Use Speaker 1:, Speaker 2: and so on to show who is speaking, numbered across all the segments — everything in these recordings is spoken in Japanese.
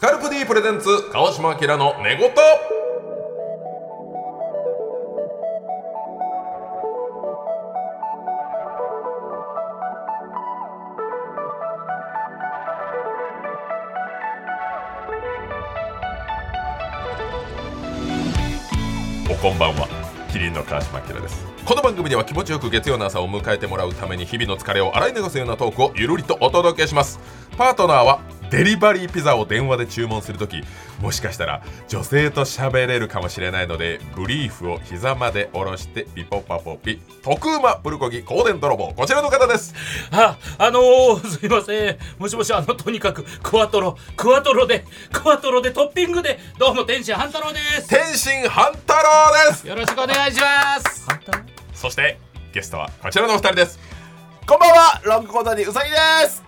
Speaker 1: カルプ D プレゼンツ川島明の寝言おこんばんはキリンの川島明ですこの番組では気持ちよく月曜の朝を迎えてもらうために日々の疲れを洗い流すようなトークをゆるりとお届けしますパートナーはデリバリーピザを電話で注文するときもしかしたら女性と喋れるかもしれないのでブリーフを膝まで下ろしてピポパポピ徳馬プルコギ香典泥棒こちらの方です
Speaker 2: あ、あのー、 すいません。もしもし、あの、とにかく、クワトロ、クワトロで、クワトロでトッピングで、どうも、天心半太郎です。
Speaker 1: 天心半太郎です
Speaker 2: よろしくお願いします。
Speaker 1: そしてゲストはこちらのお二人です
Speaker 3: こんばんは、ロングコートにうさぎです。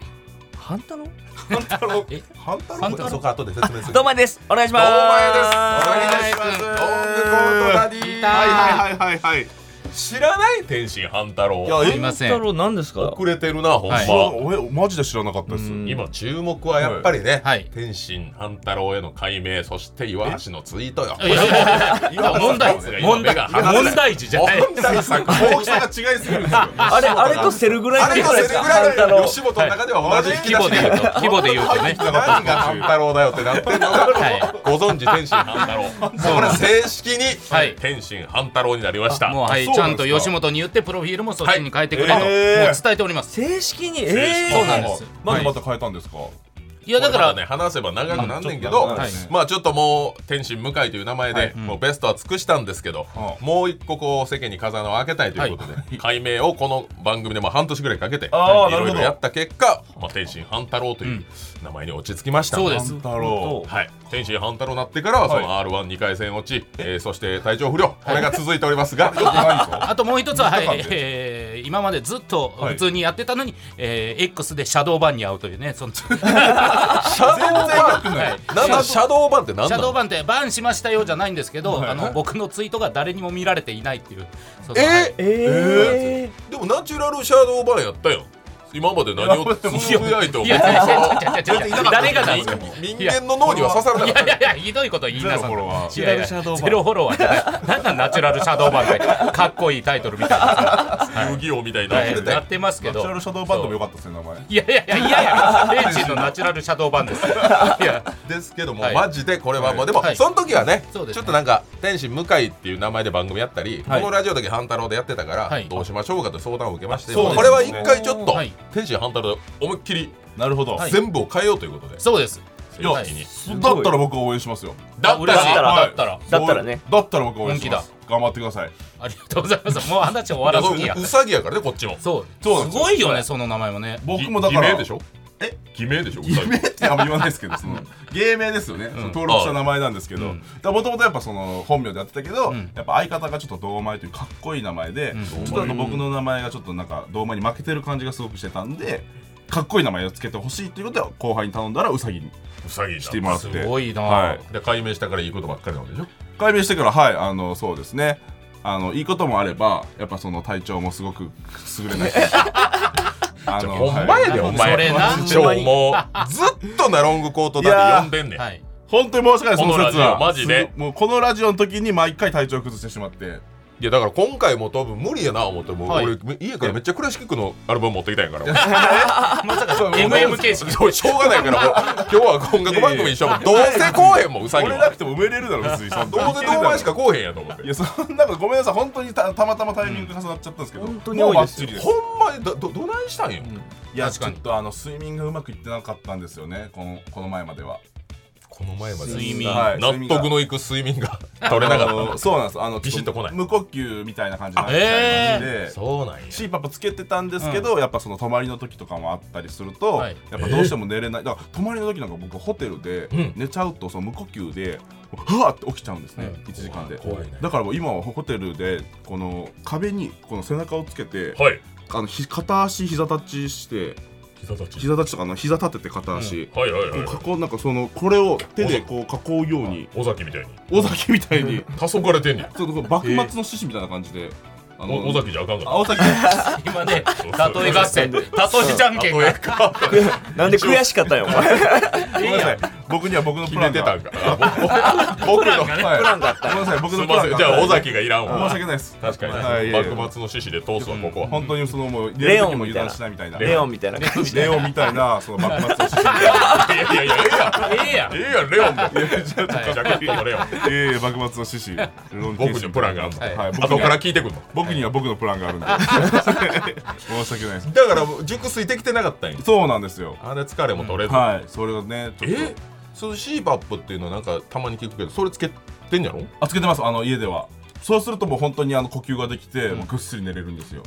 Speaker 4: 半太郎
Speaker 1: 半太郎
Speaker 2: え
Speaker 1: 半太
Speaker 2: 半太郎
Speaker 1: そうか後で説明する
Speaker 4: どうもです。お願いし
Speaker 1: どうもです。お願いします。ロングコートダ
Speaker 4: ます。
Speaker 1: ディ。
Speaker 2: いた
Speaker 1: はいはい
Speaker 3: はいはい。
Speaker 1: 知らない天心半太郎。
Speaker 3: いや、
Speaker 2: す
Speaker 3: え
Speaker 2: い、ませ
Speaker 4: 半
Speaker 2: ん。
Speaker 4: 太郎なんですか。
Speaker 1: 遅れてるな、ほんま。
Speaker 2: はい
Speaker 3: え、マジで知らなかったです。
Speaker 4: うん
Speaker 1: 今注目はやっぱりね、
Speaker 2: はい
Speaker 1: 天心半太郎への解明、そして岩橋のツイートよ。
Speaker 2: いやいやいや問題
Speaker 1: 今、
Speaker 2: 問題
Speaker 1: 今、
Speaker 2: 問題児じゃない。
Speaker 1: 問題作大きさが違いすぎるんですよ。
Speaker 4: あれ、あれとセルぐらい
Speaker 1: あ
Speaker 4: の
Speaker 1: れとそ
Speaker 4: 人で
Speaker 1: れ
Speaker 4: す
Speaker 1: ぐ
Speaker 4: か。
Speaker 1: らい
Speaker 4: 半太
Speaker 1: の
Speaker 4: 郎。
Speaker 1: 吉本の中では
Speaker 2: ま
Speaker 1: 同
Speaker 2: ず
Speaker 1: じ
Speaker 2: 規模で言うと、 規模で言うとね。
Speaker 1: 何が半太郎だよってなってるのが
Speaker 2: はい。
Speaker 1: ご存知天心半太郎。これ正式
Speaker 2: はい
Speaker 1: に天心半太郎になりました。
Speaker 2: もうはい、
Speaker 3: そう
Speaker 2: ちゃ
Speaker 3: なん
Speaker 2: ん
Speaker 3: です
Speaker 2: と
Speaker 3: か
Speaker 2: 吉本に言って、プロフィールもそっちに変えてくれと、
Speaker 1: はい
Speaker 2: もう
Speaker 3: えー
Speaker 2: 伝えております。
Speaker 4: 正式に。え
Speaker 1: 正式に
Speaker 4: え
Speaker 2: そうなんです。
Speaker 3: なんでまた変えたんですか。
Speaker 2: いや、だから、
Speaker 1: ね話せば長くなんねんけ
Speaker 3: ま
Speaker 1: ど
Speaker 3: あちょっと長い
Speaker 2: はい
Speaker 1: まあちょっともう天心向井という名前
Speaker 3: は
Speaker 1: で
Speaker 3: い
Speaker 1: もうベストは尽くしたんですけど
Speaker 3: は
Speaker 1: もう一個こう世間に風穴を開けたいということで解明をこの番組でも半年ぐらいかけてい
Speaker 3: あーなるほど
Speaker 1: ろいろやった結果まあ天心半太郎という名前に落ち着きました
Speaker 2: そうです。
Speaker 3: 半太郎。
Speaker 1: はい、天心半太郎になってからはその r 1 2回戦落ち、えーそして体調不良これが続いておりますが、
Speaker 2: あともう一つは、は
Speaker 3: 三日間
Speaker 2: い
Speaker 3: で
Speaker 2: えー今までずっと
Speaker 3: はい
Speaker 2: 普通にやってたのに、えー X でシャドーバンに会うというね、 そのシ
Speaker 1: シャドーバン
Speaker 2: はい
Speaker 1: なんだシャドーバンって何な
Speaker 2: ャドー
Speaker 1: の
Speaker 2: バンってバンしましたよじゃないんですけど、
Speaker 3: はい
Speaker 2: あの僕のツイートが誰にも見られていないっていう、そう
Speaker 1: え
Speaker 2: そうはい
Speaker 1: ー
Speaker 4: ええ。
Speaker 1: でもナチュラルシャドーバンやったよ今まで何をつぶやいても別
Speaker 2: いやいやい
Speaker 1: にその
Speaker 2: やいやいやいや誰がなんですか
Speaker 1: 人間の脳には刺さらないかっ
Speaker 2: やいやいやひどいこと言いなさ
Speaker 3: ゼロフォロワ
Speaker 2: い
Speaker 3: ー
Speaker 2: いやいやゼロフォロワーじゃないなんなんナチュラルシャドーバンってかっこいいタイトルみたいな
Speaker 1: た遊戯王みたいな
Speaker 2: は
Speaker 1: の
Speaker 2: い
Speaker 1: 出て
Speaker 2: やってますけ
Speaker 3: ナチ
Speaker 2: ど
Speaker 3: ュラルシャドーバンドも良かったですね、名前。
Speaker 2: いやいやいやいやいやレンチンのナチュラルシャドーバンですよいや
Speaker 1: ですけども
Speaker 2: はい
Speaker 1: マジでこれはもう
Speaker 3: はい
Speaker 1: でも
Speaker 2: はい
Speaker 1: その時はねち
Speaker 2: そ
Speaker 1: ょ
Speaker 2: う
Speaker 1: っ
Speaker 2: ですね
Speaker 1: となんか天心向井っていう名前で番組やったりこ
Speaker 2: はい
Speaker 1: のラジオだけ半太郎でやってたか
Speaker 2: は
Speaker 1: ら
Speaker 2: い
Speaker 1: どうしましょうかと相談を受けまして
Speaker 3: あそうです
Speaker 1: こ
Speaker 3: ね
Speaker 1: れは一回ちょっと
Speaker 2: はい
Speaker 1: 天心半太郎で思いっきり
Speaker 3: なるほど
Speaker 2: はい
Speaker 1: 全部を変えようということで
Speaker 2: そうです
Speaker 3: や
Speaker 1: 正式に
Speaker 3: だったら僕応援しますよ。
Speaker 1: だ
Speaker 2: あ
Speaker 1: っ
Speaker 2: 嬉
Speaker 1: た
Speaker 2: しい
Speaker 1: ら
Speaker 2: だったら
Speaker 4: だったらね。
Speaker 3: だったら僕応援します。頑張ってください。
Speaker 2: ありがとうございます。もう話終わらずにや
Speaker 1: う。さぎやからねこっちも
Speaker 2: そう。
Speaker 3: そうなん
Speaker 2: す
Speaker 3: ですよ
Speaker 2: ごいよね、その名前もね。
Speaker 3: 僕もだから。
Speaker 1: 偽名でしょえ偽名でしょうさぎ
Speaker 3: 偽名ってあんま言わないですけど、その芸名ですよね、その登録した名前なんですけど、
Speaker 2: うん
Speaker 3: もともとやっぱその本名でやってたけど、
Speaker 2: うん
Speaker 3: やっぱ相方がちょっと堂前というかっこいい名前で、
Speaker 2: うん
Speaker 3: ちょっとあの僕の名前がちょっとなんか堂前に負けてる感じがすごくしてたんで、かっこいい名前をつけてほしいっていうことは後輩に頼んだらうさぎに
Speaker 1: うさぎだ
Speaker 3: してもらって、
Speaker 2: すごいな
Speaker 3: はい、
Speaker 1: で解明したからいいことばっかりなんでしょ
Speaker 3: 改名してからはいあのそうですね。あのいいこともあればやっぱその体調もすごく優れないし あの
Speaker 1: ほんまやで
Speaker 3: は
Speaker 1: お
Speaker 3: い
Speaker 1: 前
Speaker 2: それな
Speaker 1: 今日もうずっとなロングコートダディ呼んでんねん
Speaker 2: はい。
Speaker 3: 本当に申し訳ないその
Speaker 1: このラ
Speaker 3: 説
Speaker 1: ジオ
Speaker 3: は
Speaker 1: マジです
Speaker 3: ごもうこのラジオの時に毎回体調崩してしまって
Speaker 1: いやだから今回も多分無理やな思ってもう
Speaker 2: はい
Speaker 1: 俺家からめっちゃクラシックのアルバム持ってきたんやから
Speaker 2: まさか、MM 形式。
Speaker 1: 俺しょうがないからもう今日は音楽番組一緒もどうせこうへんもんうさぎ
Speaker 3: 折れな
Speaker 1: は
Speaker 3: くても埋めれるだろ 別にそん
Speaker 1: どうせ堂前しかこうへんやと思って
Speaker 3: いやそんなことごめんなさい本当にたたまたまタイミング重なっちゃったんですけど、
Speaker 4: うん本当に
Speaker 3: もう
Speaker 4: 多い
Speaker 3: バ
Speaker 4: で
Speaker 3: ッ
Speaker 4: す
Speaker 3: チ
Speaker 4: よ
Speaker 3: リです
Speaker 1: ほんまにどどどないしたんよ
Speaker 3: いや
Speaker 2: 確
Speaker 3: ち
Speaker 2: か
Speaker 3: ょ
Speaker 2: に
Speaker 3: っとあの睡眠がうまくいってなかったんですよねこのこの前までは
Speaker 1: この前まで
Speaker 2: 睡眠
Speaker 3: はい
Speaker 1: 納
Speaker 3: 睡眠が
Speaker 1: 得のいく睡眠が取れな
Speaker 3: あ
Speaker 1: かっ
Speaker 3: のそうなんですあの
Speaker 1: ビシッと来ない
Speaker 3: 無呼吸みたいな感じにな
Speaker 2: あ
Speaker 3: っち
Speaker 2: へー
Speaker 3: ゃいまして
Speaker 1: たそうなんや
Speaker 3: c パパつけてたんですけど、やっぱその泊まりの時とかもあったりすると、
Speaker 2: はい
Speaker 3: やっぱどうしても寝れないだから泊まりの時なんか僕ホテルで
Speaker 1: うん
Speaker 3: 寝ちゃうとその無呼吸ではーって起きちゃうんですね、1時間で
Speaker 1: 怖いね
Speaker 3: だからもう今はホテルでこの壁にこの背中をつけて、
Speaker 1: はい
Speaker 3: あのひ片足膝立ちして
Speaker 1: 膝立ち
Speaker 3: 膝立ちとかあの膝立てて片足、
Speaker 1: はいはいはい
Speaker 3: こう囲うなんかそのこれを手でこう囲うように
Speaker 1: 尾崎みたいに
Speaker 3: 尾崎みたいに
Speaker 1: 黄昏れてんねん
Speaker 3: ちょっとこう幕末の志士みたいな感じで、あ
Speaker 1: お尾崎じゃあかんか
Speaker 3: あ尾崎
Speaker 2: 今ね、例え合戦、例えじゃんけんが。
Speaker 4: なんで悔しかったよ。お前
Speaker 1: ごめんなさい。
Speaker 3: 僕には僕のプ
Speaker 1: 決
Speaker 3: ラ
Speaker 1: め
Speaker 3: ン
Speaker 1: て
Speaker 3: が
Speaker 1: たんかあ僕僕の
Speaker 2: プランがね
Speaker 3: はい
Speaker 4: プランがあった
Speaker 3: ごめんなさい僕
Speaker 1: す
Speaker 3: の
Speaker 1: みま
Speaker 3: プラ
Speaker 1: せ
Speaker 3: ン
Speaker 1: ん
Speaker 3: が
Speaker 1: じゃあ尾崎がいらん
Speaker 3: 申
Speaker 1: わ
Speaker 3: し訳ないです
Speaker 1: 確かに、
Speaker 3: はいいや
Speaker 1: 幕
Speaker 3: いや
Speaker 1: 末の趣旨で通すわここは、
Speaker 3: 本当にそのもう
Speaker 4: レオン
Speaker 3: も
Speaker 4: みた
Speaker 3: 油
Speaker 4: いな
Speaker 3: 断しないみたいな
Speaker 4: レオンみたいな感じ
Speaker 3: レオンみたいなその幕末
Speaker 1: い
Speaker 3: の
Speaker 1: やいやいやいや
Speaker 2: ええやん
Speaker 1: いやいやレオンも ジャクピーのレオン
Speaker 3: ええ幕末の獅子レオンケース
Speaker 1: 僕にはプランがあるの、
Speaker 3: はい僕に は
Speaker 1: 後から聞いてくるの
Speaker 3: 僕には僕のプランがあるんで申し訳ないです
Speaker 1: だから熟睡できてなかったんや
Speaker 3: そうなんですよ
Speaker 1: あれ疲れも取れず、
Speaker 3: はいそれがねちょっと
Speaker 1: えそのシーバップっていうのなんかたまに聞くけどそれつけてんやろ
Speaker 3: あつけてますあの家ではそうするともう本当にあの呼吸ができて、もうぐっすり寝れるんですよ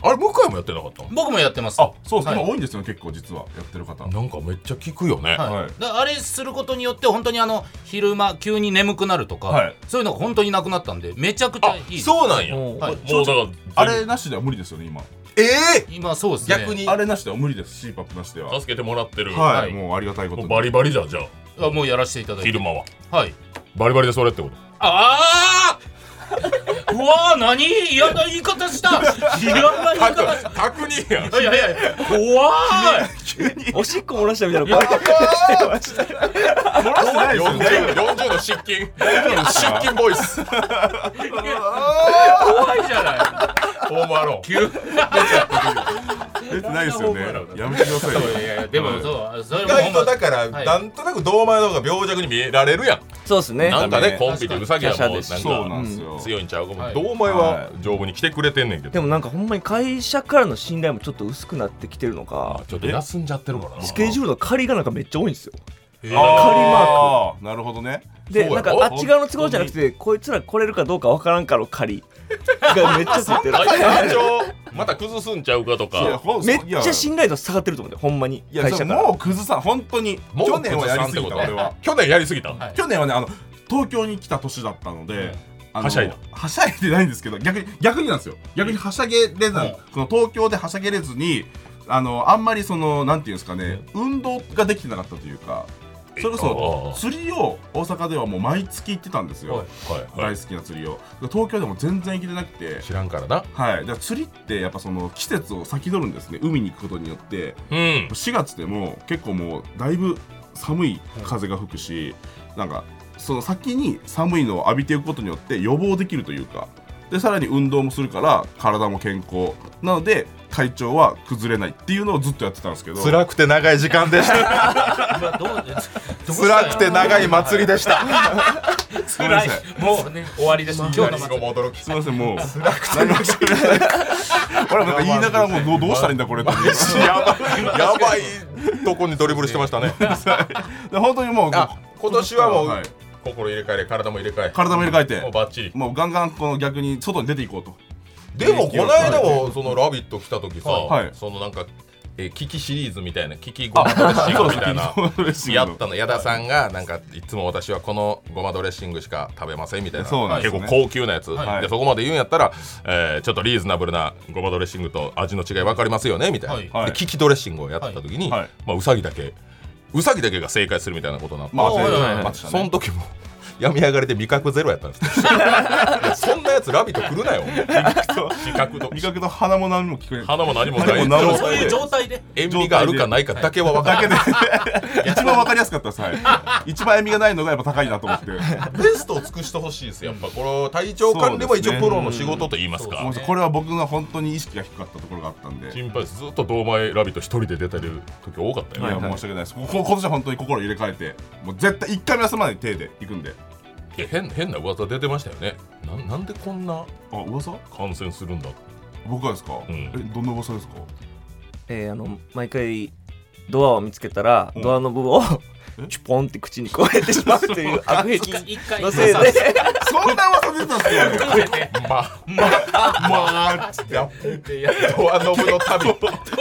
Speaker 1: あれ向井もやってなかった
Speaker 2: 僕もやってます
Speaker 3: あそうです、
Speaker 2: はい
Speaker 3: 今多いんですよ結構実はやってる方
Speaker 1: なんかめっちゃ聞くよね、
Speaker 2: は
Speaker 3: はいい、
Speaker 2: だあれすることによって本当にあの昼間急に眠くなるとか、
Speaker 3: はい
Speaker 2: そういうのが本当になくなったんでめちゃくちゃ
Speaker 1: あ
Speaker 2: いいです
Speaker 1: そうなんや、
Speaker 4: うん
Speaker 2: はい
Speaker 1: もうだから
Speaker 3: あれなしでは無理ですよね今
Speaker 1: ええ
Speaker 2: 今そうですね
Speaker 1: 逆に
Speaker 3: あれなしでは無理です CPAP なしでははい、
Speaker 1: 助けてもらってる、
Speaker 2: い
Speaker 3: もうありがたいこと
Speaker 1: もう
Speaker 3: に
Speaker 1: バリバリじゃんじゃあ
Speaker 2: あもうやらせていただいて
Speaker 1: 昼間は
Speaker 2: はい
Speaker 1: バリバリでそれってこと
Speaker 2: ああうわー何嫌な言い方した嫌な言い方し
Speaker 1: 確認やん
Speaker 2: たいやいやいや怖い
Speaker 4: おしっこ漏らしたみたいなバカしてました
Speaker 3: 漏らしてないですよね
Speaker 1: 40, 40の失禁失禁ボイス
Speaker 2: 怖いじゃない
Speaker 1: ホームアローン
Speaker 3: 出てない ですよねやめてくださいよ
Speaker 2: いやいやでもそうそれ
Speaker 1: 意
Speaker 2: もほ
Speaker 1: 外
Speaker 2: んま
Speaker 1: とだから、
Speaker 2: はい
Speaker 1: なんとなく堂前の方が病弱に見えられるやん、
Speaker 4: そうですね
Speaker 1: なんかね
Speaker 3: ね
Speaker 1: コンビでウサギはもう
Speaker 4: 確かに
Speaker 3: そう
Speaker 1: な
Speaker 3: なんんですよ、
Speaker 1: か強いんちゃうかも、
Speaker 2: はい
Speaker 1: 堂前は
Speaker 3: は
Speaker 1: 丈夫に来てくれてんねんけ
Speaker 4: で
Speaker 1: ど、
Speaker 4: もなんかほんまに会社からの信頼もちょっと薄くなってきてるのか
Speaker 1: あちょっと休んじゃってるからな
Speaker 4: スケジュールの借りがなんかめっちゃ多いんですよ
Speaker 1: え
Speaker 3: あーなるほどね
Speaker 1: そ
Speaker 4: で
Speaker 1: う
Speaker 4: な
Speaker 1: や
Speaker 4: んか
Speaker 1: ろ
Speaker 4: あっち側の都合じゃなくてこいつら来れるかどうかわからんからの借りがめっちゃついてる
Speaker 1: あ体調また崩すんちゃうかと
Speaker 3: いや
Speaker 1: か
Speaker 3: ほん
Speaker 4: め
Speaker 3: いや
Speaker 4: っちゃ信頼度下がってると思うんだよほんまに
Speaker 3: いや
Speaker 4: 会
Speaker 3: そ
Speaker 4: 社
Speaker 3: う
Speaker 4: か
Speaker 3: も
Speaker 4: ら
Speaker 3: うクズさん本当に去年はやりすぎた俺は
Speaker 1: 去年やりすぎた、
Speaker 2: はい
Speaker 3: 去年はねあの東京に来た年だったので、あの
Speaker 1: はしゃいだ
Speaker 3: はしゃいでないんですけど逆に逆になんですよ逆にはしゃげれない、その東京ではしゃげれずにあのあんまりそのなんていうんですかね運動ができてなかったというかそれこ
Speaker 1: ああ
Speaker 3: そ釣りを大阪ではもう毎月行ってたんですよ、
Speaker 2: はい
Speaker 1: はいは
Speaker 3: 大
Speaker 1: い
Speaker 3: 好きな釣りを東京でも全然行けてなくて
Speaker 1: 知らんからな
Speaker 3: はい、だから釣りってやっぱその季節を先取るんですね海に行くことによって
Speaker 1: うん
Speaker 3: 4月でも結構もうだいぶ寒い風が吹くし、なんかその先に寒いのを浴びていくことによって予防できるというかでさらに運動もするから体も健康なので体調は崩れないっていうのをずっとやってたんですけど
Speaker 1: 辛くて長い時間でした
Speaker 2: 今どうどうした
Speaker 1: 辛くて長い祭りでした
Speaker 3: ごめんな
Speaker 2: 辛い
Speaker 3: さい
Speaker 2: もうね終わりです今日の祭り
Speaker 1: も驚き
Speaker 3: すいませんもう辛くて長くて俺もなんか言いながらもうどうどうしたらいいんだこれって
Speaker 1: やばい やばいとこにドリブルしてましたね
Speaker 3: で本当にもう
Speaker 1: あ今年はもう、
Speaker 3: はい
Speaker 1: 心入れ替えれ体も入れ替え
Speaker 3: 体も入れ替え
Speaker 1: もう
Speaker 3: て
Speaker 1: バッチリ
Speaker 3: もうガンガンこの逆に外に出ていこうと
Speaker 1: でもこの間もその「ラビット!」来た時さ、
Speaker 3: はい
Speaker 1: そのなんか、えー、キキシリーズみたいなキキごまドレッシングみたいな
Speaker 3: そうです
Speaker 1: やったの矢田さんがなんかいつも私はこのごまドレッシングしか食べませんみたいな
Speaker 3: そうなんですね
Speaker 1: 結構高級なやつ、
Speaker 2: はい
Speaker 1: でそこまで言うんやったら、えーちょっとリーズナブルなごまドレッシングと味の違い分かりますよねみたいな、
Speaker 2: はい
Speaker 3: はい
Speaker 1: でキキドレッシングをやった時に、
Speaker 3: はいはい
Speaker 1: まあ、うさぎだけうさぎだけが正解するみたいなことになって、
Speaker 3: まあ、
Speaker 2: はいはいはい
Speaker 3: まあ
Speaker 1: その時も病み上がりで味覚ゼロやったんですそんなやつ「ラビット!」来るな よ味覚と
Speaker 3: 味覚と鼻も何も聞こえない
Speaker 1: 鼻も何もない
Speaker 3: 鼻も何も
Speaker 2: そういう状態で
Speaker 1: 塩味があるかないかだけは分かる
Speaker 3: 一番わかりやすかったです、はい、一番塩味がないのがやっぱ高いなと思っても
Speaker 1: ベストを尽くしてほしいですやっぱこの体調管理も一応プロの仕事と言いますか
Speaker 3: うこれは僕が本当に意識が低かったところがあったんでい
Speaker 1: 心配ですずっと堂前ラビット一人で出てる時多かったよね、
Speaker 3: や
Speaker 1: い
Speaker 3: 申し訳ないですここ今年は本当に心入れ替えてもう絶対一回目はそまで手で行くんで
Speaker 1: や変変な噂出てましたよねななんでこんな
Speaker 3: あ噂
Speaker 1: 感染するんだ
Speaker 3: 僕がですか、
Speaker 1: うん
Speaker 3: えどんな噂ですか
Speaker 4: えーあの毎回ドアを見つけたら
Speaker 3: うん
Speaker 4: ドアノブをチュポンって口に加えてしまうと いう悪影
Speaker 2: 一回一回
Speaker 4: のせいで
Speaker 3: そんな噂出てたんです よ
Speaker 1: まあまあまあつってやっドアノブの 旅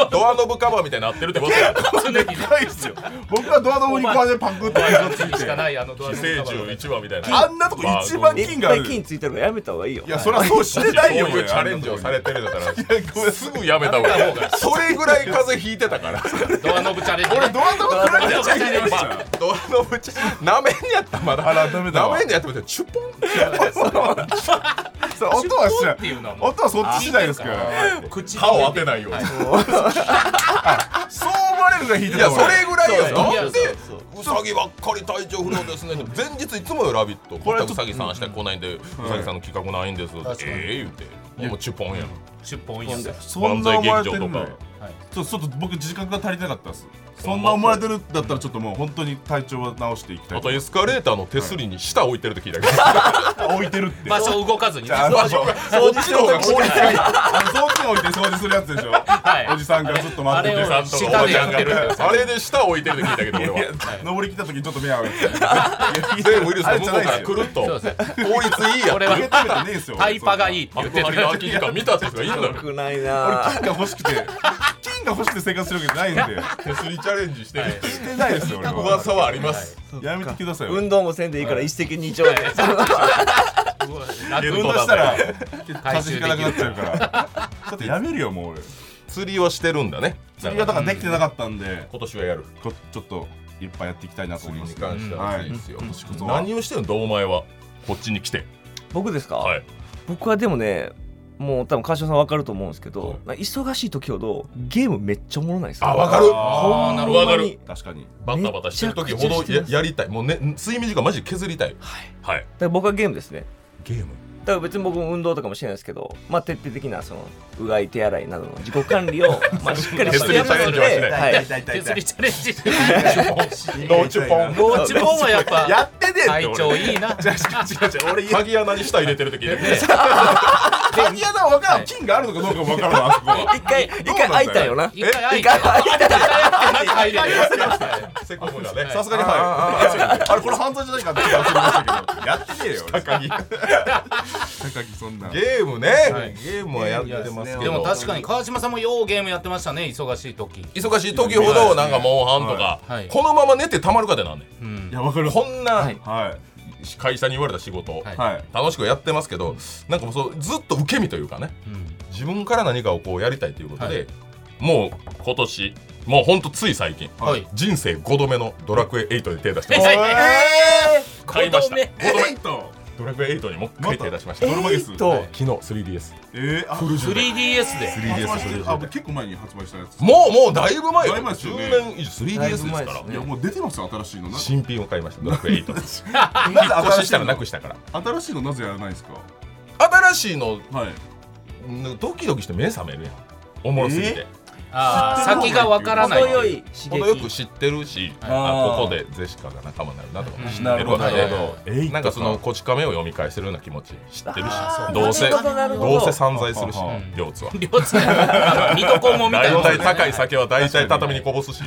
Speaker 1: ドアノブカバーみたいになってるってことや
Speaker 2: 常に
Speaker 3: ないですよ僕はドアノブにこうやってパクって味がつい
Speaker 2: しか
Speaker 3: て
Speaker 2: ないあのドア
Speaker 1: 寄
Speaker 2: ノブ
Speaker 1: 生
Speaker 2: カバー
Speaker 1: 虫一番みたい な
Speaker 3: あんなとこ一番
Speaker 4: い
Speaker 3: 金
Speaker 4: っ
Speaker 3: があ
Speaker 4: ぱい
Speaker 3: る
Speaker 4: 金ついてるのやめた方がいいよ
Speaker 3: いやそりゃそうしてないよ
Speaker 1: そういうチャレンジをされてるんだったらすぐやめた方がいいそれぐらい風邪ひいてた から
Speaker 2: ドアノブチャレンジ
Speaker 3: 俺ドアノブ食らっちゃ
Speaker 2: ド
Speaker 3: う
Speaker 2: アノブチャレンジ
Speaker 1: まあドアノブチなめんやったまだ
Speaker 3: あダメだ
Speaker 1: な
Speaker 3: わ
Speaker 1: めんやったみたいなチュポン
Speaker 3: そう音はしな
Speaker 2: っていうのはもう
Speaker 3: 音はそっち次第ですから
Speaker 2: 口に
Speaker 1: 歯を当てないように
Speaker 3: そう思われるが引いて
Speaker 1: いや
Speaker 3: た
Speaker 1: それぐらないよ
Speaker 2: そう
Speaker 1: なんで
Speaker 4: そう
Speaker 1: うさぎばっかり体調不良ですねって前日いつもよ「ラビット!」
Speaker 3: これは
Speaker 1: 全くうさぎさん明日来ないんでうさぎさんの企画ないんです
Speaker 2: 確かに
Speaker 1: ええ言うてもうチュポンやん
Speaker 2: 出本やんだ
Speaker 3: そんな思われてる
Speaker 1: 漫才劇
Speaker 3: の
Speaker 1: 場
Speaker 3: よ
Speaker 1: と
Speaker 2: はい
Speaker 3: ちょちょっと僕自覚が足りなかったですそんな思われてるんだったらちょっともう本当に体調は直していきたい
Speaker 1: あとエスカレーターの手すりに舌置いてると聞いたけど
Speaker 3: あ置いてるって
Speaker 2: 場所動かずにね
Speaker 3: あの掃
Speaker 1: そっちの方が効率がいい
Speaker 3: 除機置いて掃除するやつでしょ、
Speaker 2: はい
Speaker 3: おじさんがずっと待って
Speaker 2: あ
Speaker 3: て
Speaker 2: れ
Speaker 1: さんとかおばちゃんがね
Speaker 2: 下でやってる
Speaker 1: あれで舌置いてると聞いたけど俺
Speaker 3: いや
Speaker 1: は
Speaker 3: 登りきた時にちょっと目合うやつ
Speaker 1: でウイルスの向こうから
Speaker 3: く
Speaker 1: 来ると
Speaker 2: そうですね
Speaker 1: 効率いいや
Speaker 2: これ
Speaker 1: ん
Speaker 2: は
Speaker 3: 受け止めてねえですよ
Speaker 2: タイパがいいって言
Speaker 1: 幕
Speaker 2: っ
Speaker 1: 張
Speaker 2: て
Speaker 1: の空
Speaker 2: る
Speaker 1: き時間見たって人がいいんだよ
Speaker 4: よくない
Speaker 3: 俺
Speaker 4: なぁ
Speaker 3: 金が欲しくて金が欲しくて生活してるわけじゃないんで
Speaker 1: 手すりチャレンジしてるっていう
Speaker 3: してないですよ俺 は
Speaker 1: 噂はあります
Speaker 3: やめてくださいよ
Speaker 4: 運動もせんでいいから一石二鳥で
Speaker 1: ゲ
Speaker 3: 運
Speaker 1: ッ
Speaker 3: 動
Speaker 1: トだ
Speaker 3: し
Speaker 1: か
Speaker 3: た
Speaker 1: ら
Speaker 3: ら風邪ひかなくなっちゃうからちょっとやめるよもう俺
Speaker 1: 釣りはしてるんだね
Speaker 3: 釣りがだからできてなかったんで
Speaker 1: 今年はやる
Speaker 3: こちょっといっぱいやっていきたいなと
Speaker 1: 釣
Speaker 3: 思い
Speaker 1: り
Speaker 3: ま
Speaker 1: に関し
Speaker 3: す
Speaker 1: ては熱いですよ、
Speaker 3: うん
Speaker 1: 何をしてるの堂前はこっちに来て
Speaker 4: 僕ですか、
Speaker 1: はい
Speaker 4: 僕はでもねもう多分川島さん分かると思うんですけど
Speaker 1: は、
Speaker 4: なんか忙しい時ほどゲームめっちゃおもろないですよ
Speaker 1: あわかる
Speaker 3: あ
Speaker 4: ほんまに
Speaker 1: わかる
Speaker 3: 確かに
Speaker 1: バタバタしてる時ほ
Speaker 4: めっちゃ
Speaker 1: ど
Speaker 4: くちゃして
Speaker 1: や
Speaker 4: ます
Speaker 1: やりたいもうね睡眠時間マジで削りたい
Speaker 4: はい
Speaker 1: はい
Speaker 4: だから僕はゲームですね
Speaker 1: ゲーム
Speaker 4: だから別に僕も運動とかもしてないですけど、まあ、徹底的なそのうがい手洗いなどの自己管理をまあしっかりしてやっ
Speaker 1: 手すりチャレンジはしない
Speaker 4: はい、
Speaker 2: 手すりチャレンジして
Speaker 1: ノーチュポン
Speaker 2: ローチポンはやっぱ
Speaker 3: ってね
Speaker 2: 体調いいな
Speaker 1: 鍵穴に舌入れてる時 ね
Speaker 3: 鍵穴は分からん金があるのかどうかも分からんあそこは
Speaker 4: 一回一回開いたよな
Speaker 2: 一回開いて中入れる
Speaker 1: セコムがね
Speaker 3: さすがにはいあれこれ犯罪じゃないかって気がするんしたけどやってねえよ俺
Speaker 1: 鍵
Speaker 3: 高木そんな
Speaker 1: ゲームね、
Speaker 2: はい
Speaker 1: ゲームはやってますけど
Speaker 2: でも確かに川島さんもようゲームやってましたね忙しい時
Speaker 1: 忙しい時ほどなんかモンハンとか、
Speaker 2: はいはい
Speaker 1: このまま寝てたまるかでなんねん
Speaker 2: うん
Speaker 3: いや分かる
Speaker 1: こんな
Speaker 4: はい
Speaker 3: は
Speaker 1: 会社に言われた仕事、
Speaker 2: はい
Speaker 3: いはい
Speaker 1: 楽しくやってますけどなんかもうそうずっと受け身というかね
Speaker 2: うん
Speaker 1: 自分から何かをこうやりたいということで、
Speaker 2: はい
Speaker 1: もう今年もうほんとつい最近
Speaker 2: はい
Speaker 1: 人生5度目のドラクエ8に手出してます
Speaker 2: え
Speaker 1: 買いました
Speaker 2: 五度
Speaker 1: 五度目
Speaker 3: えーっと
Speaker 1: ドラクエ8にもう一回手出しました、
Speaker 3: ドラマです
Speaker 4: えーっと
Speaker 1: 昨日 3DS
Speaker 3: えーあフル
Speaker 2: 3DS で
Speaker 1: 3DS
Speaker 3: あ結構前に発売したやつ
Speaker 1: もうもうだいぶ前よ
Speaker 3: だいぶ前ですよね
Speaker 1: 10年以上 3DS ですか
Speaker 4: だいぶ前
Speaker 1: ら
Speaker 4: ですね
Speaker 3: いやもう出てますよ新しいのな
Speaker 1: 新品を買いましたドラクエ8引っ
Speaker 3: なぜ
Speaker 1: 越ししたらなくしたから
Speaker 3: 新しいのなぜやらないんですか
Speaker 1: 新しいの
Speaker 3: はい
Speaker 1: ドキドキして目覚めるやんおもろすぎて、
Speaker 2: あー先がわからない
Speaker 4: 程よい刺
Speaker 1: ほどよ
Speaker 4: 激
Speaker 1: く知ってるし、
Speaker 3: あ
Speaker 1: あ
Speaker 3: ー
Speaker 1: ここでゼシカが仲間になるなとかも知ってる
Speaker 3: なるほど
Speaker 1: わ
Speaker 3: な
Speaker 1: けで
Speaker 3: るほどえい
Speaker 1: なんかそのこち亀を読み返してるような気持ち知ってるし
Speaker 4: あー
Speaker 1: どうせ
Speaker 4: なるほどなるほ
Speaker 1: どうせ
Speaker 4: ど
Speaker 1: 散財するし
Speaker 3: はあは
Speaker 2: あ
Speaker 1: 両津は
Speaker 2: 両津水戸黄門みたい
Speaker 1: 大
Speaker 2: な
Speaker 1: 体高い酒は大体畳にこぼすし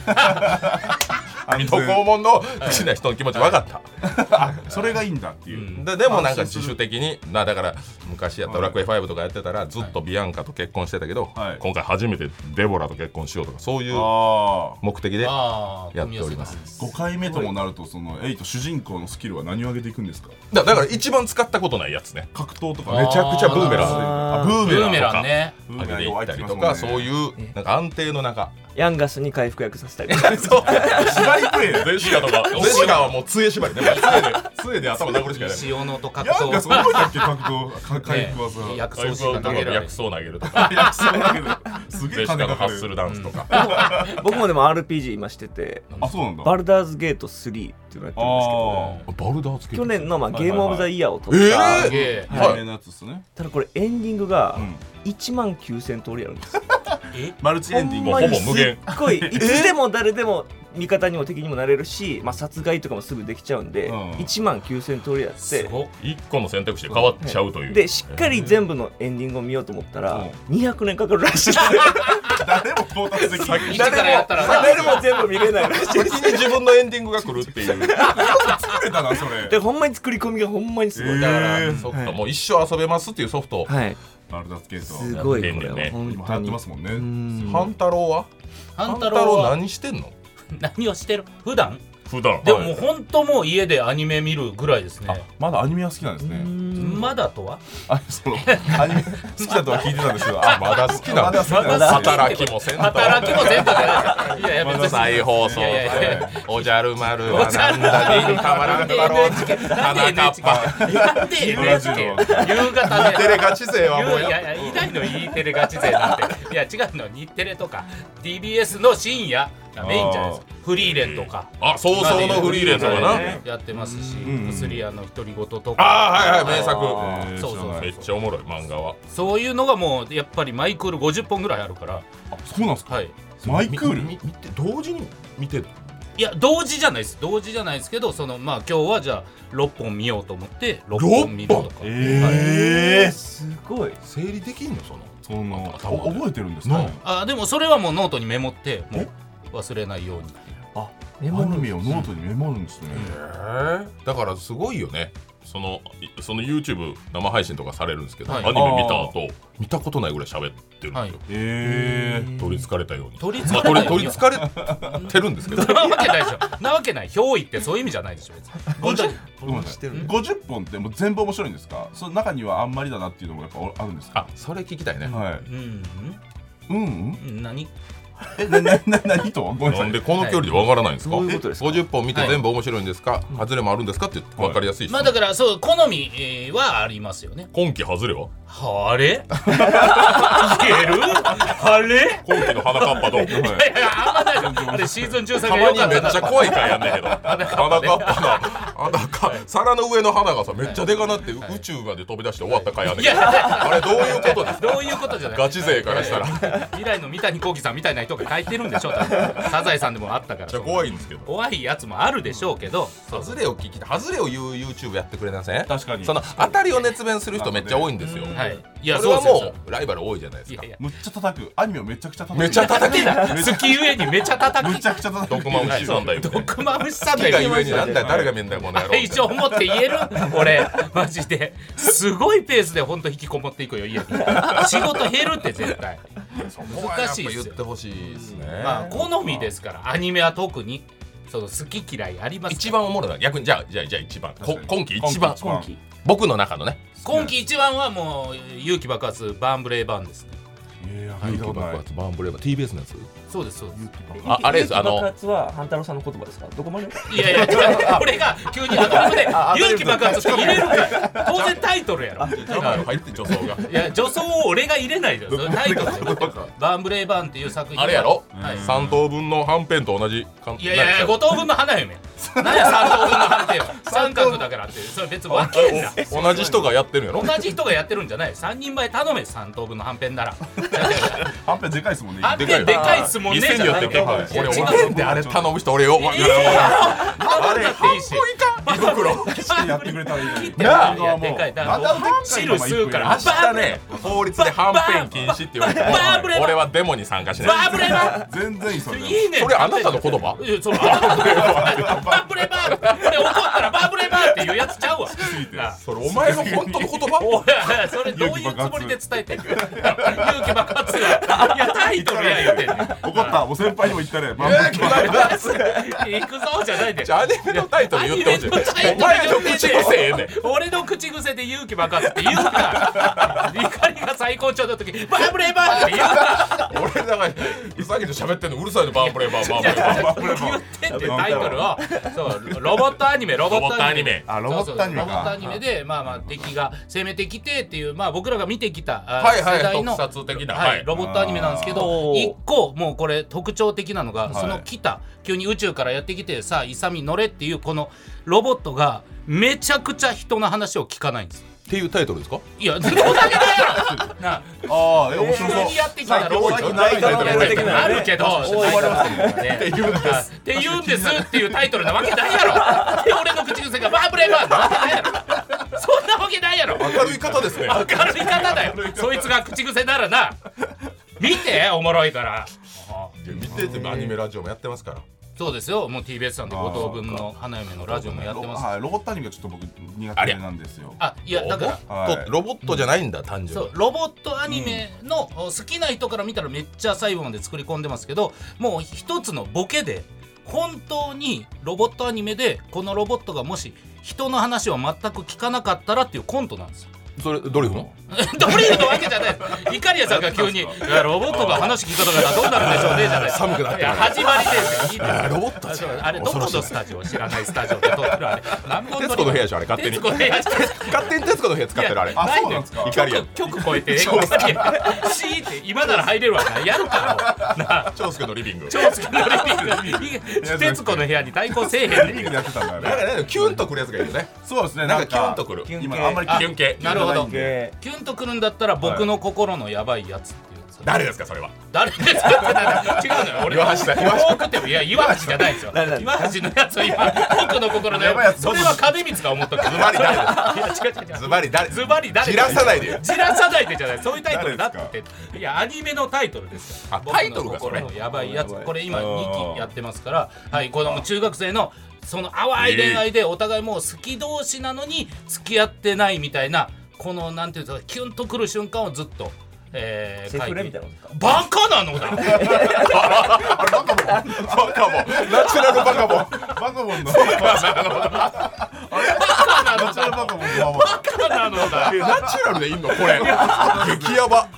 Speaker 1: 水戸黄門の口な人の気持ち分かった
Speaker 3: それがいいんだっていう
Speaker 1: ででもなんか自主的になだから昔やった「ドラクエ5」とかやってたらずっとビアンカと結婚してたけど、
Speaker 3: はい
Speaker 1: 今回初めてデボラと結婚しようとかそういう
Speaker 3: ああ
Speaker 1: 目的で
Speaker 2: あー
Speaker 1: やっております
Speaker 3: 5回目ともなるとそのエイト主人公のスキルは何を上げていくんですか
Speaker 1: だだから一番使ったことないやつね
Speaker 3: 格闘とか
Speaker 1: めちゃくちゃブーメラン
Speaker 4: あー
Speaker 3: ブ
Speaker 2: ブ
Speaker 3: ーメラ
Speaker 2: ー
Speaker 3: ン
Speaker 2: メランね
Speaker 3: ブ
Speaker 1: 上
Speaker 3: ーメ
Speaker 1: げ
Speaker 3: ラン
Speaker 1: て
Speaker 3: よう
Speaker 1: い
Speaker 3: 入
Speaker 1: っ
Speaker 3: って
Speaker 1: た
Speaker 3: き
Speaker 1: り
Speaker 3: ます
Speaker 1: と
Speaker 3: もん
Speaker 1: か、
Speaker 3: ね
Speaker 1: そういうなんか安定の中
Speaker 4: ヤンガスに回復役させたり
Speaker 1: そう
Speaker 3: 縛りプレイだよ
Speaker 1: ゼシカとか ゼシカはもう杖縛り ねもう杖で杖で頭殴るしかない
Speaker 2: 塩野と格
Speaker 3: ヤンガ
Speaker 2: 闘
Speaker 3: ス覚えたっけ格闘か回復技
Speaker 2: ね
Speaker 3: や
Speaker 2: 薬
Speaker 1: そういう
Speaker 2: 草師が投げられ
Speaker 1: 薬
Speaker 2: る
Speaker 1: 草投げるとか
Speaker 3: そうだけどすげ
Speaker 1: ゼ
Speaker 3: え
Speaker 1: シカ
Speaker 3: 金
Speaker 1: の
Speaker 3: か
Speaker 1: ハ
Speaker 3: か
Speaker 1: ッスル
Speaker 3: る
Speaker 1: ダンスとか、
Speaker 4: 僕もでも RPG 今してて
Speaker 3: あそうなんだ
Speaker 4: バルダーズゲート3っていうのやってるんですけど
Speaker 3: あ
Speaker 1: バルダーつけ
Speaker 4: 去年のまあ
Speaker 3: はい
Speaker 4: ゲームオブザイヤーを取
Speaker 1: え
Speaker 4: っ
Speaker 1: え
Speaker 4: た、
Speaker 1: ー
Speaker 2: すげえ
Speaker 3: あ
Speaker 1: はい
Speaker 3: 有名なやつですね
Speaker 4: ただこれエンディングが
Speaker 3: うん
Speaker 4: 1万9000通りあるんですよ
Speaker 3: マルチエンディング
Speaker 1: ほんまに無限
Speaker 4: すっごいいつでも誰でも味方にも敵にもなれるし、まあ、殺害とかもすぐできちゃうんで、
Speaker 3: うん
Speaker 4: 1万9000通りやって
Speaker 2: すごっ
Speaker 1: 1個の選択肢で変わっちゃうという
Speaker 4: でしっかり全部のエンディングを見ようと思ったら、200年かかるらしいです
Speaker 3: 誰も到達できない
Speaker 2: 一からやったらな
Speaker 4: 誰も全部見れないらしい
Speaker 1: 先に自分のエンディングが来るって いう
Speaker 3: 作れたなそれ
Speaker 4: でほんまに作り込みがほんまにすごい、
Speaker 3: えー
Speaker 1: だから、
Speaker 3: うん
Speaker 1: そっか、
Speaker 4: はい
Speaker 1: もう一生遊べますっていうソフト、
Speaker 4: はい
Speaker 3: バルダースケ
Speaker 4: す
Speaker 3: ート
Speaker 4: ごいこれは
Speaker 1: やってんだよね
Speaker 4: 本
Speaker 3: 今流
Speaker 4: 当
Speaker 3: 行って
Speaker 4: に
Speaker 3: ますもんね
Speaker 4: うん
Speaker 1: 半太郎は
Speaker 2: 半太郎は
Speaker 1: 何してんの
Speaker 2: 何をしてる普段
Speaker 1: 普段
Speaker 2: でももう本当もう家でアニメ見るぐらいですね
Speaker 3: まだアニメは好きなんですね
Speaker 2: まだとは
Speaker 3: あそのアニメ好きだとは聞いてたんで すけどあ
Speaker 1: まだ好きな
Speaker 3: ま
Speaker 1: の
Speaker 3: だ好きなんですね
Speaker 1: 働きもせんと
Speaker 2: 働きも全部いやいや別に
Speaker 1: 再放送とか
Speaker 2: いやいやい
Speaker 1: おじゃる丸はなんだりにたまらんだろう
Speaker 2: なんで
Speaker 1: 花かっ
Speaker 2: NHK
Speaker 1: ぱ
Speaker 2: なんで NHK 夕方で
Speaker 1: テレガチ勢はもう
Speaker 2: いやいやいないの E テレガチ勢なんていや違うの日テレとか TBS の深夜がメインじゃないですかフリーレンとか
Speaker 1: あ早々のフリーレンとかな、
Speaker 4: そうね
Speaker 2: やってますし
Speaker 3: うん
Speaker 2: 薬屋の独り言とか
Speaker 1: ああはいはい名作
Speaker 4: あ
Speaker 3: ー
Speaker 2: そうそうそう
Speaker 1: めっちゃおもろい漫画は
Speaker 2: そういうのがもうやっぱりマイクール50本ぐらいあるから
Speaker 3: あそうなんですか
Speaker 2: はい
Speaker 3: マイクール
Speaker 1: みみ見て同時に見てる
Speaker 2: いや同時じゃないです同時じゃないですけどそのまあ今日はじゃあ6本見ようと思って6本見るとかはい
Speaker 3: ええ
Speaker 4: すごい
Speaker 1: 整理できんのその
Speaker 3: そんなお
Speaker 1: 頭で
Speaker 3: 覚えてるんですかね
Speaker 2: あでもそれはもうノートにメモってもう忘れないように
Speaker 3: あ
Speaker 4: メモ
Speaker 3: ア
Speaker 4: る
Speaker 3: ニメをノートにメモるんですね
Speaker 1: だからすごいよねそのいその YouTube 生配信とかされるんですけど、
Speaker 2: はい
Speaker 1: アニメ見た後見たことないぐらい喋ってるんですよ、
Speaker 2: はい
Speaker 3: ええ
Speaker 1: 取りつかれたように
Speaker 2: 取りつ
Speaker 1: ま
Speaker 2: か
Speaker 1: あ、取
Speaker 2: れ
Speaker 1: り取りつかれてるん ですけど
Speaker 2: なわけないでしょなわけない憑依ってそういう意味じゃないでしょ別に本当に
Speaker 3: ごめんなさい50本ってもう全部面白いんですかその中にはあんまりだなっていうのもやっぱおあるんですか
Speaker 1: あそれ聞きたいね、
Speaker 3: はい
Speaker 2: うん
Speaker 3: うんうん
Speaker 2: うん何
Speaker 3: えななな何とごめんなさ
Speaker 1: なん
Speaker 3: い
Speaker 1: でこの距離でわからないんですか、
Speaker 4: はいどういうことですか
Speaker 1: 50本見て
Speaker 2: はい
Speaker 1: 全部面白いんですか、外れもあるんですかって分かりやすいし、
Speaker 2: まあだからそう好みえーはありますよね
Speaker 1: 今期外れは
Speaker 2: あれ言えるあれ
Speaker 1: 今期の花かっ ぱどう
Speaker 3: はい
Speaker 2: いやあんまないですあれシーズン13
Speaker 1: た
Speaker 2: が
Speaker 1: ま
Speaker 2: 良
Speaker 1: に
Speaker 2: かっ
Speaker 1: め
Speaker 2: た
Speaker 1: っ
Speaker 2: な
Speaker 1: ちゃ怖い回やんね んけど花かっぱな花か皿の上の花がさめっちゃでかなって宇宙まで飛び出して終わった回やんねんけど
Speaker 2: いや
Speaker 1: あれどういうことですか
Speaker 2: どういうことじゃない
Speaker 1: ガチ勢からしたらめっ
Speaker 2: 未来の三谷幸喜さんみたいな人が書いてるんでしょ多分サザエさんでもあったから
Speaker 1: ちゃ怖
Speaker 2: い
Speaker 1: いんですけど
Speaker 2: 怖いやつもあるでしょうけどそう
Speaker 1: 外れを聞きた外れを言う YouTube やってくれません
Speaker 3: 確かに
Speaker 1: その当たりを熱弁する人めっちゃ多いんですよ
Speaker 2: はいい
Speaker 1: い
Speaker 2: や
Speaker 1: それは
Speaker 2: そうそう
Speaker 1: もうライバル多いじゃないです
Speaker 2: そう
Speaker 1: か
Speaker 2: いやいや
Speaker 3: むっちゃ叩くアニメをめちゃくちゃ叩く
Speaker 1: めっちゃ叩き
Speaker 2: 月上にめちゃ叩
Speaker 3: む
Speaker 2: き
Speaker 3: ちゃくちゃ叩く
Speaker 1: 毒まぶしなんだよね
Speaker 2: 毒まぶしさんだ
Speaker 1: 木がゆ
Speaker 2: よ
Speaker 1: えになんだよ誰が見んだよこの野郎
Speaker 2: 愛情持って言える俺マジですごいペースでほんと引きこもっていくよ家に仕事減るって絶対難しいです
Speaker 1: 言
Speaker 2: よ
Speaker 1: ってほしいですね、
Speaker 2: まあ好みですからアニメは特にその好き嫌いあります
Speaker 1: 一番おもろいのは逆にじゃあじゃあじゃあ一番こ
Speaker 3: 確かに
Speaker 1: 今期一番
Speaker 3: 今季一番
Speaker 4: 期
Speaker 1: 僕の中のね
Speaker 2: 今季一番はもう勇気爆発バンブレーバンですね
Speaker 3: ええ入ったことない
Speaker 1: バンブレーバー TBS のやつ
Speaker 2: そうですそうです
Speaker 1: ああれですあの
Speaker 4: 爆発は半太郎さんの言葉ですかどこまで
Speaker 2: いやいや、違う俺が急にアドリブで
Speaker 4: あアドリ
Speaker 2: 勇
Speaker 4: ブ
Speaker 2: 気爆発して入れるから、当然タイトルやろ。
Speaker 1: 入って女装が
Speaker 2: いや、女装を俺が入れないでよ。それタイトルでバンブレイバンっていう作品。
Speaker 1: あれやろ、
Speaker 2: はい。
Speaker 1: 三等分のはんぺんと同じかん
Speaker 2: いやいやいや、
Speaker 1: なん
Speaker 2: 五等分の花嫁。何や三等分の花 ってよ。三角だからって、それ別に分けんな。
Speaker 1: か同じ人がやってるんやろ
Speaker 2: 同じ人がやってるんじゃない。三人前頼め、三等分のはんぺんなら。
Speaker 3: はんぺんでかいですもんね
Speaker 2: はんぺん
Speaker 1: でかい
Speaker 2: でかいっすもんね。
Speaker 1: 店
Speaker 2: じ
Speaker 1: に
Speaker 2: ゃ
Speaker 1: よ
Speaker 2: な
Speaker 1: って
Speaker 2: い
Speaker 1: 結構
Speaker 2: よ
Speaker 1: ある俺
Speaker 2: 違う
Speaker 1: お前であれ頼む人俺よお前
Speaker 2: いいやろあれだっていいし。
Speaker 1: 胃袋
Speaker 3: してやってくれたらいいのに
Speaker 2: いやいやでかいだから汁吸うから
Speaker 1: 明日ね法律ではんぺん禁止って言われて
Speaker 2: バンブレーバン
Speaker 1: 俺はデモに参加しない
Speaker 2: バンブレーバン
Speaker 3: 全然いいそれ
Speaker 2: いいね
Speaker 1: それあなたの言葉
Speaker 2: いやそのバンブレバーバンブレバーこれ怒ったらバンブレバーっていうやつちゃうわなあ
Speaker 1: それお前の本当の言葉
Speaker 2: おいそれどういうつもりで伝えてんの勇気爆発いやタイトルや言うてんねん
Speaker 3: 怒ったお先輩にも言ったね
Speaker 1: えー気になるな
Speaker 2: 行くぞじゃないで
Speaker 1: じゃあアニメのタイトル言ってほしいお前の口癖ええねん
Speaker 2: 俺の口癖で勇気爆発って言うか怒りが最高潮の時バンブレバーって言うか
Speaker 1: 俺だからうさぎと喋ってんのうるさいのバーンブレーバーバーンブレーバー
Speaker 3: バンブレバ
Speaker 2: 言
Speaker 3: ー
Speaker 2: ってってタイトルをそうロボットアニメロボ
Speaker 1: ロボ
Speaker 2: ッ
Speaker 1: ッ
Speaker 2: ト
Speaker 1: ト
Speaker 2: ア
Speaker 1: ア
Speaker 2: ニ
Speaker 1: ニ
Speaker 2: メ
Speaker 1: メ
Speaker 3: あロボットアニメ
Speaker 2: そうそうロボットア
Speaker 3: か
Speaker 2: ニメで、まあまあ敵が攻めてきてっていう、まあ僕らが見てきた、あ
Speaker 1: はいはい
Speaker 2: 世代の、
Speaker 1: 特撮的な
Speaker 2: は
Speaker 1: はい
Speaker 2: い、ロボットアニメなんですけ
Speaker 4: あ
Speaker 2: ど、
Speaker 4: ー
Speaker 2: 一個もうこれ特徴的なのが、
Speaker 3: はい
Speaker 2: その来た、急に宇宙からやってきて、さあ、イサミ乗れっていうこのロボットが、めちゃくちゃ人の話を聞かないんです。
Speaker 1: っていうタイトルですか
Speaker 2: いや、どんだけだよなあ
Speaker 3: ああえ面
Speaker 2: 普
Speaker 3: 白
Speaker 2: 通
Speaker 3: そう
Speaker 2: にやってきたらロボット
Speaker 1: 最近多い
Speaker 2: いやい
Speaker 4: 最近多い
Speaker 2: やあるけど、
Speaker 4: 終わります
Speaker 2: って言うんです。って言うんですっていうタイトルなわけないやろ。で、俺の口癖がバーブレーバーなわけないやろ。そんなわけないやろ。
Speaker 1: 明るい方ですね
Speaker 2: 軽い方だよそいつが口癖ならな見ておもろいから
Speaker 1: 見ててアニメラジオもやってますから
Speaker 2: そうですよもう TBS さんで5等分の花嫁のラジオもやってます
Speaker 3: はいロボットアニメがちょっと僕苦手なんですよ
Speaker 2: あいやだから
Speaker 3: はい
Speaker 1: ロボットじゃないんだ単純
Speaker 2: そ
Speaker 1: に
Speaker 2: うロボットアニメのお好きな人から見たらめっちゃ細部まで作り込んでますけどもう一つのボケで本当にロボットアニメでこのロボットがもし人の話を全く聞かなかったらっていうコントなんですよ
Speaker 1: それドリフの
Speaker 2: ドリルのわけじゃないです。イカリアさんが急に、いやロボットが話聞くことからどうなるんでしょうねじゃない。
Speaker 1: 寒くなって
Speaker 2: いや始まりですよ。いいです
Speaker 1: あ
Speaker 2: よ
Speaker 1: ロボットじゃん
Speaker 2: あれどこのスタジオ知らないスタジオって撮ってるあれ。何本
Speaker 1: 徹子の部屋でしょあれ勝手に
Speaker 2: 徹子の部屋じゃない
Speaker 1: 勝手に徹子の部屋使ってるあれ
Speaker 2: いや
Speaker 1: あ
Speaker 2: ない
Speaker 3: そうなんですか
Speaker 1: イカリア
Speaker 2: 曲超えて、イカリア。シーって今なら入れるわな。やるかも。なあ。
Speaker 1: 長介のリビング
Speaker 2: 超好きなリビング。徹子の部屋に対抗せえへんねん。
Speaker 3: やってたんだよ
Speaker 1: なん
Speaker 3: ね
Speaker 1: かねキュンとくるやつがいるね
Speaker 3: そうですね
Speaker 1: な
Speaker 3: なんん
Speaker 1: か
Speaker 3: か
Speaker 1: キュンとくる
Speaker 4: キュン
Speaker 3: 今あんまり
Speaker 2: あ
Speaker 1: キュン系
Speaker 2: なるほど
Speaker 3: キュン系
Speaker 4: で
Speaker 2: キュンとくるんだったら僕の心のやばいやつっていうやつ
Speaker 1: 誰ですかそれは
Speaker 2: 誰ですか違うのよ俺
Speaker 1: 岩橋さん岩橋
Speaker 2: 多くてもいや岩橋じゃないですよ
Speaker 4: 誰なん
Speaker 2: 岩橋のやつは今僕の心のやばいやつそれは金光が思っとくズ
Speaker 1: バリ誰です
Speaker 2: 違う違う違
Speaker 1: ズ
Speaker 2: う
Speaker 1: バリ誰
Speaker 2: ズバリ誰
Speaker 1: じらさないでよ
Speaker 2: じらさないでじゃないそういうタイトルだっていやアニメのタイトルですから
Speaker 1: あタイトルが
Speaker 2: 僕
Speaker 1: そ
Speaker 2: の心のやばいやつ
Speaker 4: やばい
Speaker 2: これ今2期やってますからはいこの中学生のその淡い恋愛でお互いもう好き同士なのに付き合ってないみたいなこのなんていうんですかキュンとくる瞬間をずっとえー
Speaker 4: セフレ
Speaker 2: 書
Speaker 4: み
Speaker 2: いて
Speaker 4: たいなことか
Speaker 2: バカなのだ
Speaker 1: あれバカボンバカボンナチュラルバカボン
Speaker 3: バカボンの
Speaker 2: バカな
Speaker 3: ナ
Speaker 2: の
Speaker 3: チュラルバ
Speaker 2: だ
Speaker 3: カボンのまま
Speaker 2: バカなのだ
Speaker 1: えナチュラルでいいのこれ激ヤバ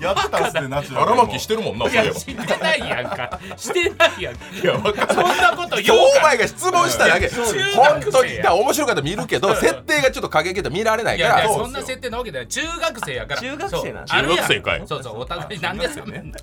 Speaker 3: やってたっすねナチュラル
Speaker 1: 荒巻きしてるもんないそういえ
Speaker 2: や
Speaker 1: ば
Speaker 2: してないやんかしてないやんか
Speaker 1: いやわかんない
Speaker 2: そんなこと言
Speaker 1: 今
Speaker 2: う
Speaker 1: 日お
Speaker 2: か
Speaker 1: 前が質問しただけ
Speaker 2: そうです
Speaker 1: 本当にだから面白かったら見るけど設定がちょっと過激で見られない
Speaker 2: い
Speaker 1: か
Speaker 2: やいや
Speaker 1: ら
Speaker 2: そんな設定なわけじゃない中学生やから
Speaker 4: 中学生なん
Speaker 2: そうあるや
Speaker 1: 中
Speaker 2: ん
Speaker 1: 学生かい
Speaker 2: そうそうお互いなんで冷めんねん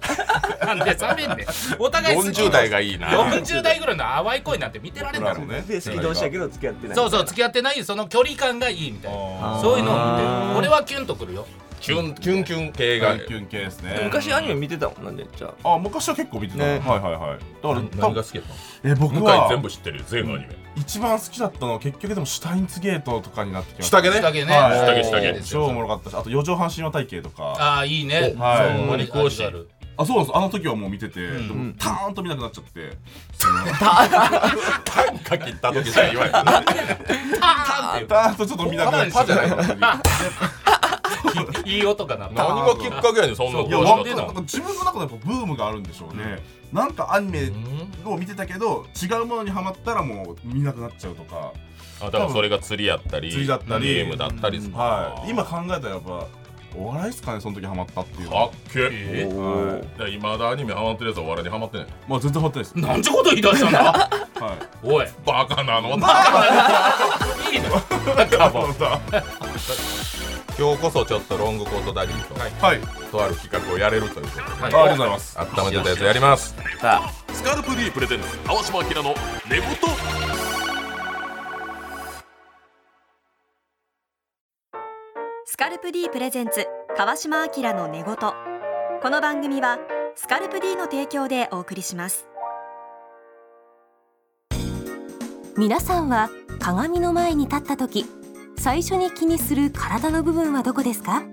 Speaker 2: なんで冷めんねんお互い好き
Speaker 1: 40代がいいな
Speaker 2: 40代ぐらいの淡い恋なんて見てられんだろ
Speaker 3: ね
Speaker 4: で好き同士だけど付き合ってない
Speaker 2: そうそう付き合ってないその距離感がいいみたい
Speaker 3: あ
Speaker 2: な
Speaker 4: ー
Speaker 2: そういうのを見て俺はキュンとくるよ
Speaker 1: キュンキュンキュン系
Speaker 3: キ
Speaker 1: が
Speaker 3: ュン系ですね
Speaker 4: で昔アニメ見てたもんなんでじゃあ
Speaker 3: あ昔は結構見てた、
Speaker 4: ね
Speaker 3: はいはいはいだから多
Speaker 1: 好
Speaker 3: 分
Speaker 1: きだったの
Speaker 3: え僕
Speaker 1: 向井
Speaker 3: は
Speaker 1: 全部知ってるよ全アニメ
Speaker 3: 一番好きだったのは結局でもシュタインツゲートとかになってきました
Speaker 1: 下着ね
Speaker 2: だけね
Speaker 3: はい
Speaker 1: 下着下着
Speaker 3: 超おもろかったしあと四畳半神話体系とか
Speaker 2: ああいいね
Speaker 1: お
Speaker 3: はい
Speaker 2: そう
Speaker 1: お肉推し
Speaker 2: 味がある
Speaker 3: あそうなんですあの時はもう見てて、
Speaker 2: ん
Speaker 3: でもターンと見なくなっちゃって、
Speaker 1: 短歌切った時じゃ言われて
Speaker 2: あーって
Speaker 3: ターンとちょっと見なくなっちゃって
Speaker 1: ターン
Speaker 3: いや
Speaker 2: いういい音かな
Speaker 1: 何がきっかけやねんそんな
Speaker 2: そう
Speaker 1: こと
Speaker 3: なん
Speaker 2: で
Speaker 3: か
Speaker 2: な
Speaker 3: なんか自分の中でやっぱブームがあるんでしょうね、なんかアニメを見てたけど違うものにはまったらもう見なくなっちゃうとか、
Speaker 1: あだからそれが釣りやったり
Speaker 3: 釣りだったり
Speaker 1: ゲームだったりする
Speaker 3: はい今考えたらやっぱお笑いですかねその時ハマったっていうの
Speaker 1: か
Speaker 3: は
Speaker 1: っけ
Speaker 2: え
Speaker 1: えいまだアニメハマってるやつはお笑いにハマってない
Speaker 3: まあ全然ハマってないです、
Speaker 2: なんちゅうこと言い出したんだ
Speaker 3: はい
Speaker 2: おい
Speaker 1: バカなの
Speaker 2: いいの
Speaker 1: 今日こそちょっとロングコートダディと
Speaker 3: はい
Speaker 1: とある企画をやれるということで
Speaker 3: ありがとうございます
Speaker 1: 温めてたやつやります
Speaker 4: さあ
Speaker 1: スカルプ D プレゼンツ青島明の寝言
Speaker 5: スカルプ D プレゼンツ川島明の寝言この番組はスカルプ D の提供でお送りします皆さんは鏡の前に立った時最初に気にする体の部分はどこですか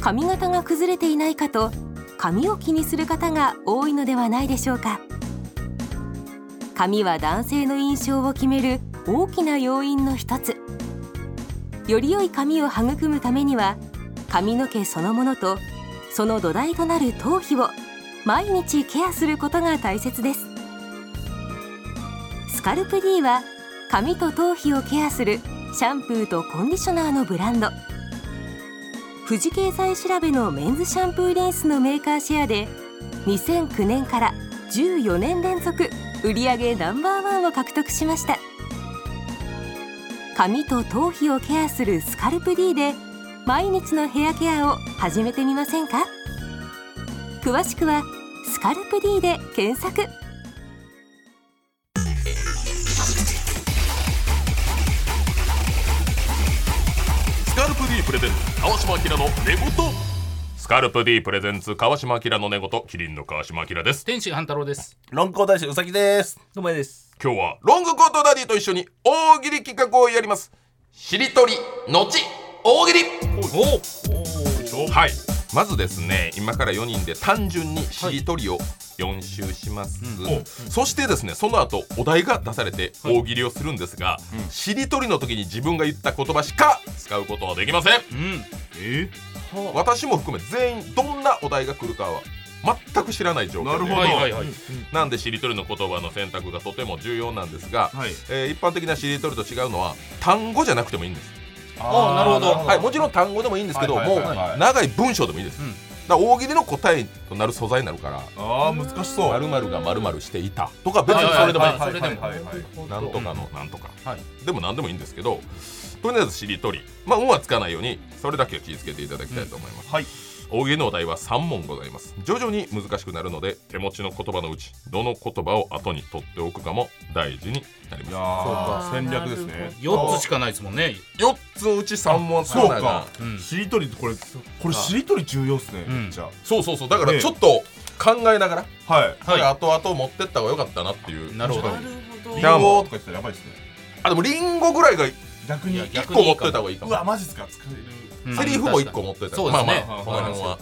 Speaker 5: 髪型が崩れていないかと髪を気にする方が多いのではないでしょうか髪は男性の印象を決める大きな要因の一つより良い髪を育むためには髪の毛そのものとその土台となる頭皮を毎日ケアすることが大切ですスカルプ D は髪と頭皮をケアするシャンプーとコンディショナーのブランド富士経済調べのメンズシャンプーリンスのメーカーシェアで2009年から14年連続売上ナンバーワンを獲得しました髪と頭皮をケアするスカルプ D で毎日のヘアケアを始めてみませんか詳しくは「スカルプ D」で検索
Speaker 1: スカルプ D プレゼンツ川島明の寝言スカルプ D プレゼンツ川島明の寝言キリンの川島明です
Speaker 2: 天心半太郎です
Speaker 3: 論考大使うさぎです
Speaker 4: どうもです
Speaker 1: 今日はロングコートダディと一緒に大喜利企画をやりますしりとりのち大喜利
Speaker 2: お
Speaker 1: はいまずですね今から4人で単純にしりとりを4周します、そしてですねその後お題が出されて大喜利をするんですが、しりとりの時に自分が言った言葉しか使うことはできません
Speaker 2: うん
Speaker 3: え
Speaker 1: 私も含め全員どんなお題が来るかは全く知らない状況で
Speaker 3: なるほど
Speaker 2: はいはいはい
Speaker 1: なんでしりとりの言葉の選択がとても重要なんですが、
Speaker 3: はい
Speaker 1: えー一般的なしりとりと違うのは単語じゃなくてもいいんです
Speaker 2: あなるほど
Speaker 1: はい、もちろん単語でもいいんですけど、
Speaker 3: はいはいはいはい
Speaker 1: もう長い文章でもいいです、
Speaker 2: うん
Speaker 1: だから大喜利の答えとなる素材になるから
Speaker 3: ああ難し
Speaker 1: 「ま
Speaker 3: そう
Speaker 1: るまるがまるまるしていた」とか別にそれでもいい
Speaker 2: は
Speaker 1: で
Speaker 2: い
Speaker 1: す
Speaker 2: はいはいそれでも
Speaker 3: はいはいはい
Speaker 1: なんとかのなんとか、
Speaker 2: はい
Speaker 1: でもなんでもいいんですけどとりあえずしりとりまあ運はつかないようにそれだけを気をつけていただきたいと思います、
Speaker 3: はい
Speaker 1: 大喜利のお題は3問ございます徐々に難しくなるので手持ちの言葉のうちどの言葉を後に取っておくかも大事になり
Speaker 3: い
Speaker 1: ま
Speaker 3: や
Speaker 1: す
Speaker 3: ー戦略ですね
Speaker 2: 4つしかないですもんね
Speaker 1: 4つのうち3問は
Speaker 3: そう
Speaker 1: 使わな
Speaker 3: か
Speaker 1: いな
Speaker 2: うん
Speaker 3: しりとりってこれこれしりとり重要っすね
Speaker 2: うん
Speaker 3: めっちゃ
Speaker 1: そうそうそうだからちょっと考えながら、
Speaker 3: はい
Speaker 1: これ
Speaker 2: は
Speaker 1: 後々持ってった方が良かったなっていう
Speaker 2: いなるほど
Speaker 3: リン
Speaker 1: じゃあも
Speaker 3: ゴ
Speaker 1: う
Speaker 3: とか言ってたらやばいっすね
Speaker 1: あでもリンゴぐらいが
Speaker 3: 逆
Speaker 2: い
Speaker 3: に
Speaker 2: や逆
Speaker 1: 1個持ってた方がいいか
Speaker 3: う
Speaker 1: も
Speaker 3: わマジっすか作れる
Speaker 2: うん
Speaker 1: セリフも1個持ってた
Speaker 2: そうで
Speaker 1: ますあま
Speaker 2: ね
Speaker 1: あこの辺は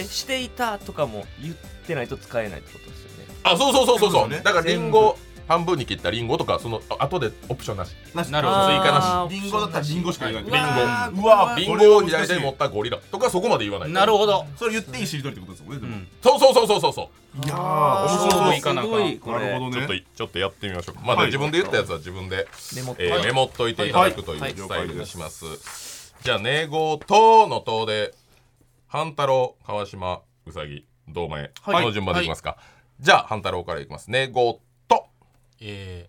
Speaker 4: えしていたとかも言ってないと使えないってことですよね
Speaker 1: あそうそうそうそうそ
Speaker 3: そううですね
Speaker 1: だからリンゴ半分に切ったリンゴとかそのあ後でオプションなし
Speaker 3: なし
Speaker 2: なるほど
Speaker 1: 追加なし
Speaker 4: あー
Speaker 3: リンゴだったらリンゴしか言わない
Speaker 1: リンゴ
Speaker 3: うわ
Speaker 1: リンゴを
Speaker 3: これは難
Speaker 1: 左
Speaker 3: しい
Speaker 1: 手に持ったゴリラとかそこまで言わない
Speaker 2: なるほど
Speaker 3: それ言っていいしりとりってことですもんねで
Speaker 2: う
Speaker 3: も
Speaker 2: ん
Speaker 1: そうそうそうそうそうそ
Speaker 3: いや
Speaker 4: あ
Speaker 3: ー
Speaker 4: ー
Speaker 3: 面白
Speaker 2: いかなあかん
Speaker 4: すごいこ
Speaker 3: そうなる
Speaker 4: れ
Speaker 3: ほ
Speaker 1: う
Speaker 3: ど
Speaker 1: ちょっと
Speaker 3: ね
Speaker 1: いちょっとやってみましょうかまあ
Speaker 3: はい
Speaker 1: 自分で言ったやつは自分で
Speaker 4: メモっ
Speaker 1: え
Speaker 4: て
Speaker 1: ーメモっといていただくという
Speaker 4: はい
Speaker 1: スタイルにしますじゃあ「ねごと」の「と」で半太郎川島うさぎ堂前こ
Speaker 2: はい
Speaker 1: の順番でいきますかじゃあ半太郎からいきます「ねごと」
Speaker 2: えー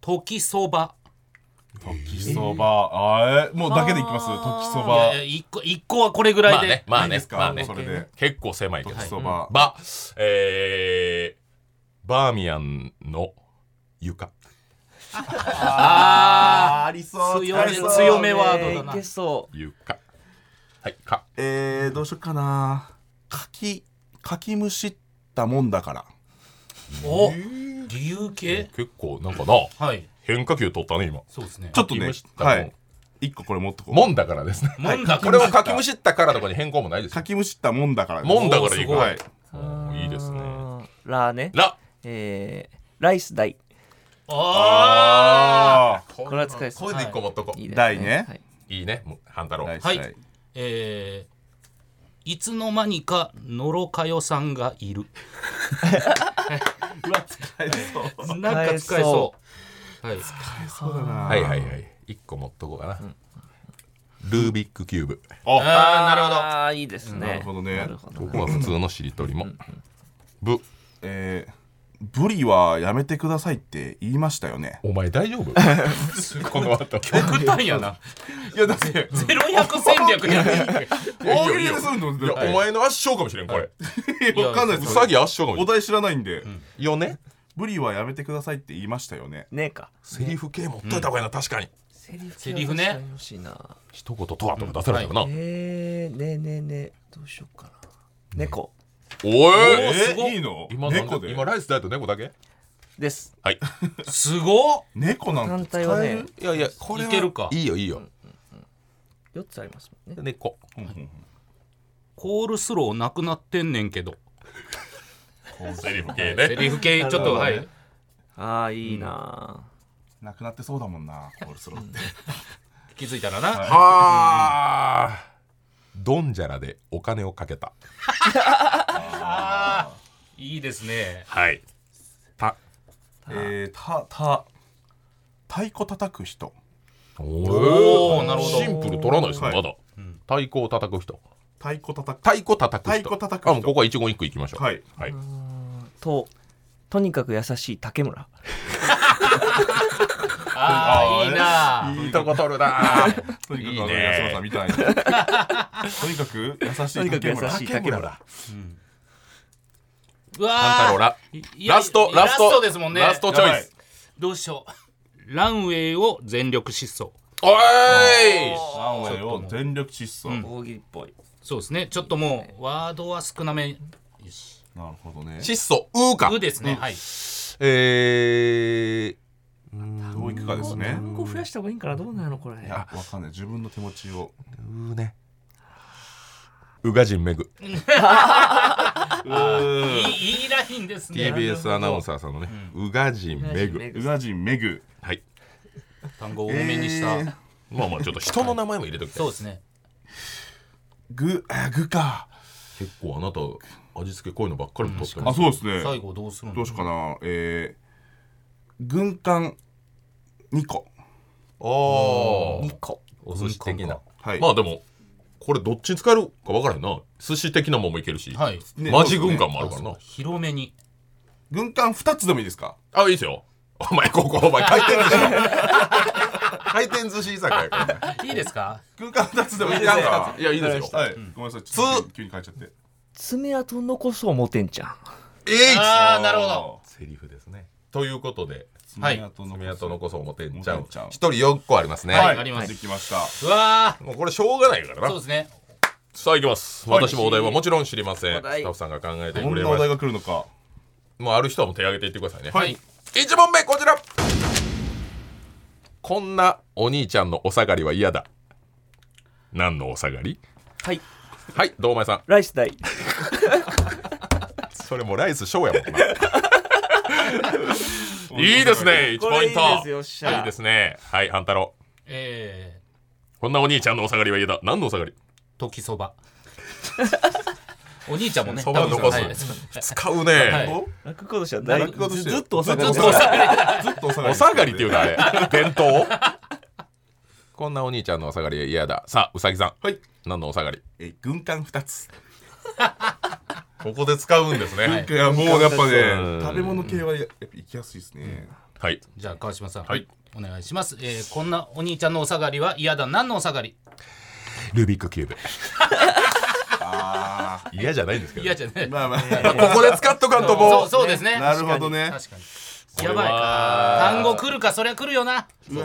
Speaker 2: 時そば
Speaker 3: 時そばあーえもうだけでいきます時そ
Speaker 2: い
Speaker 3: ば
Speaker 2: やいや一個一個はこれぐら
Speaker 1: ま
Speaker 2: い
Speaker 1: あね
Speaker 2: で
Speaker 1: まあ
Speaker 3: いいで
Speaker 1: ね
Speaker 3: す
Speaker 1: ま
Speaker 3: か
Speaker 1: あね
Speaker 3: それで
Speaker 1: 結構狭いけど
Speaker 2: は
Speaker 3: 時
Speaker 2: い
Speaker 3: そば
Speaker 1: ば、えー、バーミヤンの床。
Speaker 2: あ
Speaker 3: あーありそう
Speaker 2: 強め
Speaker 3: 使えそう
Speaker 2: 強めワードだない
Speaker 4: けそう
Speaker 1: 床。はい、か。
Speaker 3: えー、どうしよっかな柿柿むしったもんだから
Speaker 2: ーお理由系
Speaker 1: 結構、なんかな、
Speaker 2: はい
Speaker 1: 変化球取ったね、今。
Speaker 2: そうですね
Speaker 3: ちょっとね
Speaker 1: 柿むしったもん
Speaker 3: はい一個これ持っとこう
Speaker 1: もんだからですね。
Speaker 2: もんだ
Speaker 1: これはかきむしったからとかに変更もないですよ。
Speaker 3: 柿むしったもんだから
Speaker 1: もんだからいい
Speaker 2: おーすごい
Speaker 1: はい
Speaker 4: あ。ー
Speaker 1: いいですね。
Speaker 4: ラーね
Speaker 1: ら、
Speaker 4: えーライス大
Speaker 2: ああ
Speaker 4: これは使えそう
Speaker 1: これで一個持っとこう。
Speaker 4: いいですね
Speaker 3: 大ね
Speaker 4: はい
Speaker 1: いいね、もう半太郎。
Speaker 3: はい
Speaker 2: はい
Speaker 3: はい
Speaker 2: えー、いつの間にかのろかよさんがいるなんか使えそうはい
Speaker 3: そうだな
Speaker 1: はいはいはい。一個持っとこうかな。ルービックキューブ。
Speaker 2: ああなるほど
Speaker 4: ああいいですね
Speaker 3: なるほどね
Speaker 4: なるほど
Speaker 1: ここは普通のしりとりも。ぶ、
Speaker 3: えーブリはやめてくださいって言いましたよね
Speaker 1: お前大丈夫この後。
Speaker 2: 極端やな
Speaker 3: いやだって
Speaker 2: ゼロ百戦略やね
Speaker 3: 大喜利ですんの
Speaker 1: いや、お前の圧勝かもしれん、これ。
Speaker 2: いや
Speaker 3: わかんないで
Speaker 1: う
Speaker 3: す
Speaker 1: さぎ圧勝かもし
Speaker 3: お題知らないんで、
Speaker 1: れん。よね。
Speaker 3: ブリはやめてくださいって言いましたよね
Speaker 4: ねえか
Speaker 1: セリフ系持っといた方がいいな、確かに。
Speaker 4: セリフ
Speaker 2: セリフね
Speaker 4: 欲しいな
Speaker 1: 一言とはとか出せないよな。
Speaker 4: えーねえねえねえどうしようかな猫
Speaker 1: お
Speaker 2: お
Speaker 1: い
Speaker 2: ーすごい
Speaker 3: いいの
Speaker 1: 今なんか
Speaker 3: 猫で
Speaker 1: 今ライスだと猫だけ
Speaker 4: です
Speaker 1: はい。
Speaker 2: すご
Speaker 3: 猫なん
Speaker 4: 単
Speaker 3: て使
Speaker 4: 体は
Speaker 3: え
Speaker 4: ね
Speaker 3: る
Speaker 1: いやいや、こ
Speaker 2: れはいけるか
Speaker 1: いいよ、いいよ。
Speaker 4: 四つありますもんね
Speaker 1: 猫。
Speaker 2: コールスローなくなってんねんけど
Speaker 1: セリフ系
Speaker 2: セ
Speaker 1: ね。
Speaker 2: リフ系ちょっとはい
Speaker 4: ああいいな
Speaker 3: なくなってそうだもんなコールスローって
Speaker 2: 気づいたらな
Speaker 1: はあ。ドンジャラでお金をかけた。
Speaker 2: いいですね
Speaker 1: はい。た。
Speaker 3: えー、たた太鼓叩く人
Speaker 1: お
Speaker 2: おーなるほど
Speaker 1: シンプル取らないですね、
Speaker 3: はい
Speaker 1: まだ。太鼓を叩く人。
Speaker 3: 太鼓叩く
Speaker 1: 太鼓叩く人。
Speaker 3: 太鼓叩く人
Speaker 1: あ、もうここは一言一句いきましょう。
Speaker 3: はい。
Speaker 1: はい。
Speaker 4: ととにかく優しい竹村
Speaker 2: ああいいな
Speaker 1: とこ取るなー。
Speaker 3: とにかく
Speaker 1: いい
Speaker 3: あの
Speaker 1: ね
Speaker 3: 安村さんみたいにとにかく優しい
Speaker 4: とにかく優しい
Speaker 3: 竹
Speaker 4: 竹
Speaker 3: 村
Speaker 4: 村
Speaker 2: うわ
Speaker 1: 半太郎ら。
Speaker 2: いや
Speaker 1: ラスト、ラスト。
Speaker 2: ラストですもんね
Speaker 1: ラストチョイス。
Speaker 2: どうしようランウェイを全力疾走
Speaker 1: おーい
Speaker 3: ランウェイを全力疾走、
Speaker 4: 大喜利っぽい
Speaker 2: そうですねちょっともうワードは少なめよし
Speaker 3: なるほどね
Speaker 1: 窒素、うーか
Speaker 2: う。ですねはい
Speaker 1: えー、
Speaker 3: どういくかですね
Speaker 4: 単語増やした方がいいんかなどうなのこれ
Speaker 3: いやわかんない自分の手持ちを
Speaker 1: うーね。うがじんめぐ。
Speaker 2: いいいいラインですね
Speaker 1: TBS アナウンサーさんのね、うがじんめぐ。
Speaker 3: 宇賀神めぐ
Speaker 1: はい。
Speaker 2: 単語多めにした、
Speaker 3: えー
Speaker 1: まあまあ、ちょっと人の名前も入れときたい。
Speaker 2: そうですね
Speaker 3: ぐあぐか
Speaker 1: 結構あなた、味付け濃いのばっかり取って
Speaker 3: あ
Speaker 1: ます。
Speaker 3: そうですね
Speaker 2: 最後どうする
Speaker 3: ど
Speaker 2: の
Speaker 3: うしようかなえー、軍艦2個
Speaker 1: あー
Speaker 4: 2個
Speaker 1: お寿司的な
Speaker 3: はい、
Speaker 1: まあでもこれどっちに使えるか分からへんな寿司的なもんもいけるし、
Speaker 2: はい
Speaker 3: ね
Speaker 1: マジ軍艦もあるからな、
Speaker 2: 広め に
Speaker 3: 軍艦2つでもいいですか
Speaker 1: あいいですよお前ここお前回転寿司 回転寿司居酒屋やからね
Speaker 2: いいですか
Speaker 3: 軍艦2つでもいいです
Speaker 1: 軍艦
Speaker 3: か
Speaker 1: 二ついやいいですよ
Speaker 3: はい、ごめんなさいちょっと急に変えちゃって
Speaker 4: 爪痕残そう思てんじゃん
Speaker 1: えい
Speaker 2: ああなるほど
Speaker 1: セリフですねということで
Speaker 2: はい
Speaker 1: 爪痕残そう思てんちゃ
Speaker 3: 思
Speaker 1: う
Speaker 3: てんちゃう
Speaker 1: 一人4個ありますね、
Speaker 2: はい
Speaker 3: はい
Speaker 2: あります
Speaker 3: できました
Speaker 2: うわ
Speaker 1: もうこれしょうがないから
Speaker 2: ーそう
Speaker 1: な
Speaker 2: ですね
Speaker 1: さあいきます私もお題はもちろん知りませんス
Speaker 4: お
Speaker 1: タ
Speaker 4: 題
Speaker 1: ッフさんが考えて
Speaker 3: ど
Speaker 1: く
Speaker 3: ん
Speaker 1: れ
Speaker 3: なお
Speaker 1: ま
Speaker 3: 題
Speaker 1: す
Speaker 3: が来るのか
Speaker 1: もうある人はもう手挙げていってくださいね、
Speaker 2: はい
Speaker 1: 1問目こちらこんなお兄ちゃんのお下がりは嫌だ何のお下がり
Speaker 4: はい
Speaker 1: はい堂前さん
Speaker 4: ライス大
Speaker 1: それもうライスショーやもんないいですね1
Speaker 4: こ
Speaker 1: ポ
Speaker 4: れ
Speaker 1: イ
Speaker 4: い
Speaker 1: ン
Speaker 4: い
Speaker 1: ト
Speaker 4: ですよよっしゃ
Speaker 1: いいですねはい半太郎
Speaker 2: え
Speaker 1: こんなお兄ちゃんのお下がりは嫌だ何のお下がり
Speaker 2: ー時そ ばお兄ちゃんもね
Speaker 1: そば残す
Speaker 2: 多分そうはい
Speaker 1: 使うね、
Speaker 2: はい
Speaker 4: 落語としてはだい
Speaker 3: 落語とし
Speaker 4: ず
Speaker 3: て
Speaker 4: ずっとお
Speaker 3: ずっ
Speaker 4: 魚
Speaker 3: とお
Speaker 4: を
Speaker 3: 下がりずっとお下がり
Speaker 1: お下がりっていうのあれ弁当こんなお兄ちゃんのお下がりは嫌ださあうさぎさん
Speaker 3: はい
Speaker 1: 何のお下がり
Speaker 3: え軍艦2つ
Speaker 1: ここで使うんですねはい、
Speaker 3: いやもうやっぱ
Speaker 1: う
Speaker 3: ね
Speaker 1: ん
Speaker 3: 食べ物系はやっぱ行きやすいですね
Speaker 2: じゃあ川島さん、
Speaker 1: はい
Speaker 2: お願いします、えーこんなお兄ちゃんのお下がりは嫌だ何のお下がり
Speaker 1: ルービックキューブ
Speaker 3: あ
Speaker 1: 嫌じゃないんですけど、
Speaker 2: 嫌じゃない
Speaker 3: あまあまあ
Speaker 1: まあここで使っとかんと
Speaker 2: そ
Speaker 1: も
Speaker 2: うそうですね
Speaker 3: なるほどね
Speaker 2: 確かに
Speaker 1: これ
Speaker 2: や
Speaker 1: は
Speaker 2: ばい単語来るかそりゃ来るよな
Speaker 1: そうね